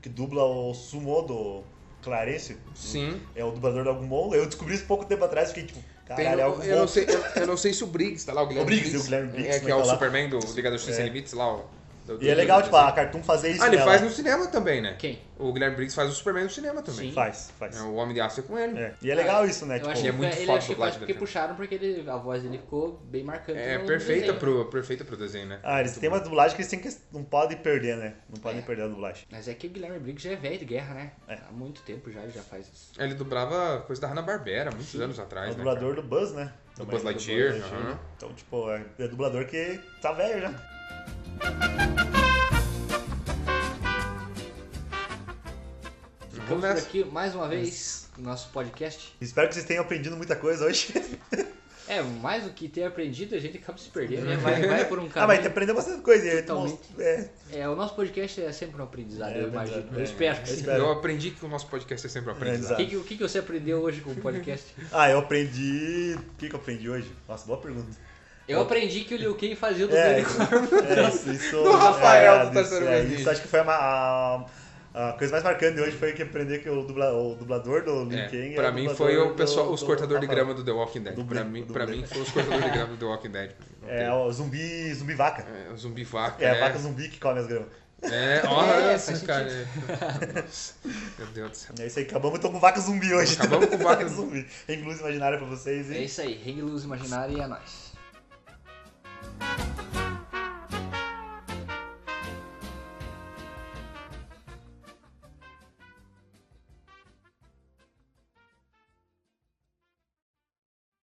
que dubla o Sumo do Clarence. Sim. É o dublador do Agumon. Eu descobri isso pouco tempo atrás, fiquei tipo, Tem, eu, caralho, é eu não Agumon. sei, eu, eu não sei se o Briggs tá lá, o Guilherme O Briggs, o Guilherme Briggs, É, que é como é o que tá lá? É. Superman do Ligador Sem Limites lá, ó. Do- do- E é do- legal, do- tipo, a Cartoon fazer isso. Ah, ele né, faz lá. no cinema também, né? Quem? O Guilherme Briggs faz o Superman no cinema também. Sim. Faz, faz. É, o Homem de Aço é com ele. É. E é legal isso, né? Eu acho que é ele, Tipo, muito ele foda acho que a dublagem faz porque dele. puxaram porque ele- a voz dele ficou bem marcante. É, no perfeita um desenho. pro, perfeita pro desenho, né? ah, eles Muito têm bom. uma dublagem que eles têm que não podem perder, né? Não podem É. perder a dublagem. Mas é que o Guilherme Briggs já é velho de guerra, né? É. Há muito tempo já, ele já faz isso. Ele dublava coisa da Hanna-Barbera, muitos anos É atrás, o né? dublador do Buzz, né? Do Também, Buzz Lightyear, Lightyear, aham. né? Então, tipo, é, é dublador que tá velho já. Ficamos por nessa. aqui mais É uma vez no nosso podcast. Espero que vocês tenham aprendido muita coisa hoje. É, mais do que ter aprendido, a gente acaba se perdendo, né? Vai, vai por ah, um mas te caminho. aprendeu bastante coisa. e aí tu Totalmente. most- É, É, o nosso podcast é sempre um aprendizado, É, eu aprendizado. imagino. É, Eu espero que eu sim. espero. Eu aprendi que o nosso podcast é sempre um exato. aprendizado. O que que- O que, que você aprendeu hoje com o *laughs* podcast? Ah, eu aprendi. O que, que eu aprendi hoje? Nossa, boa pergunta. Eu aprendi que o Liu Kang fazia o *laughs* É, dublê. isso, é, isso, isso- Do Rafael tá do é, isso, Tartaruga é, Ninja. isso acho que foi a, ma- a- a coisa mais marcante de hoje foi que aprender que o, dubla- o dublador do Liu É, Kang pra é mim dublador foi o do- pessoal, do os cortadores de Rafael. grama do The Walking Dead. Dublê, pra mim, dublê. pra mim foi os cortadores de *laughs* grama do The Walking Dead. Não É, tem- o zumbi, zumbi vaca. é, o zumbi vaca. É, a vaca zumbi que come as gramas. *laughs* É, olha É, essa, faz cara. é. *laughs* Nossa, Meu Deus do céu. É isso aí, acabamos então com vaca zumbi hoje. *laughs* Acabamos com vaca zumbi. Inclusive imaginária pra vocês. É E... isso aí, Hang Luz Imaginária e é nóis.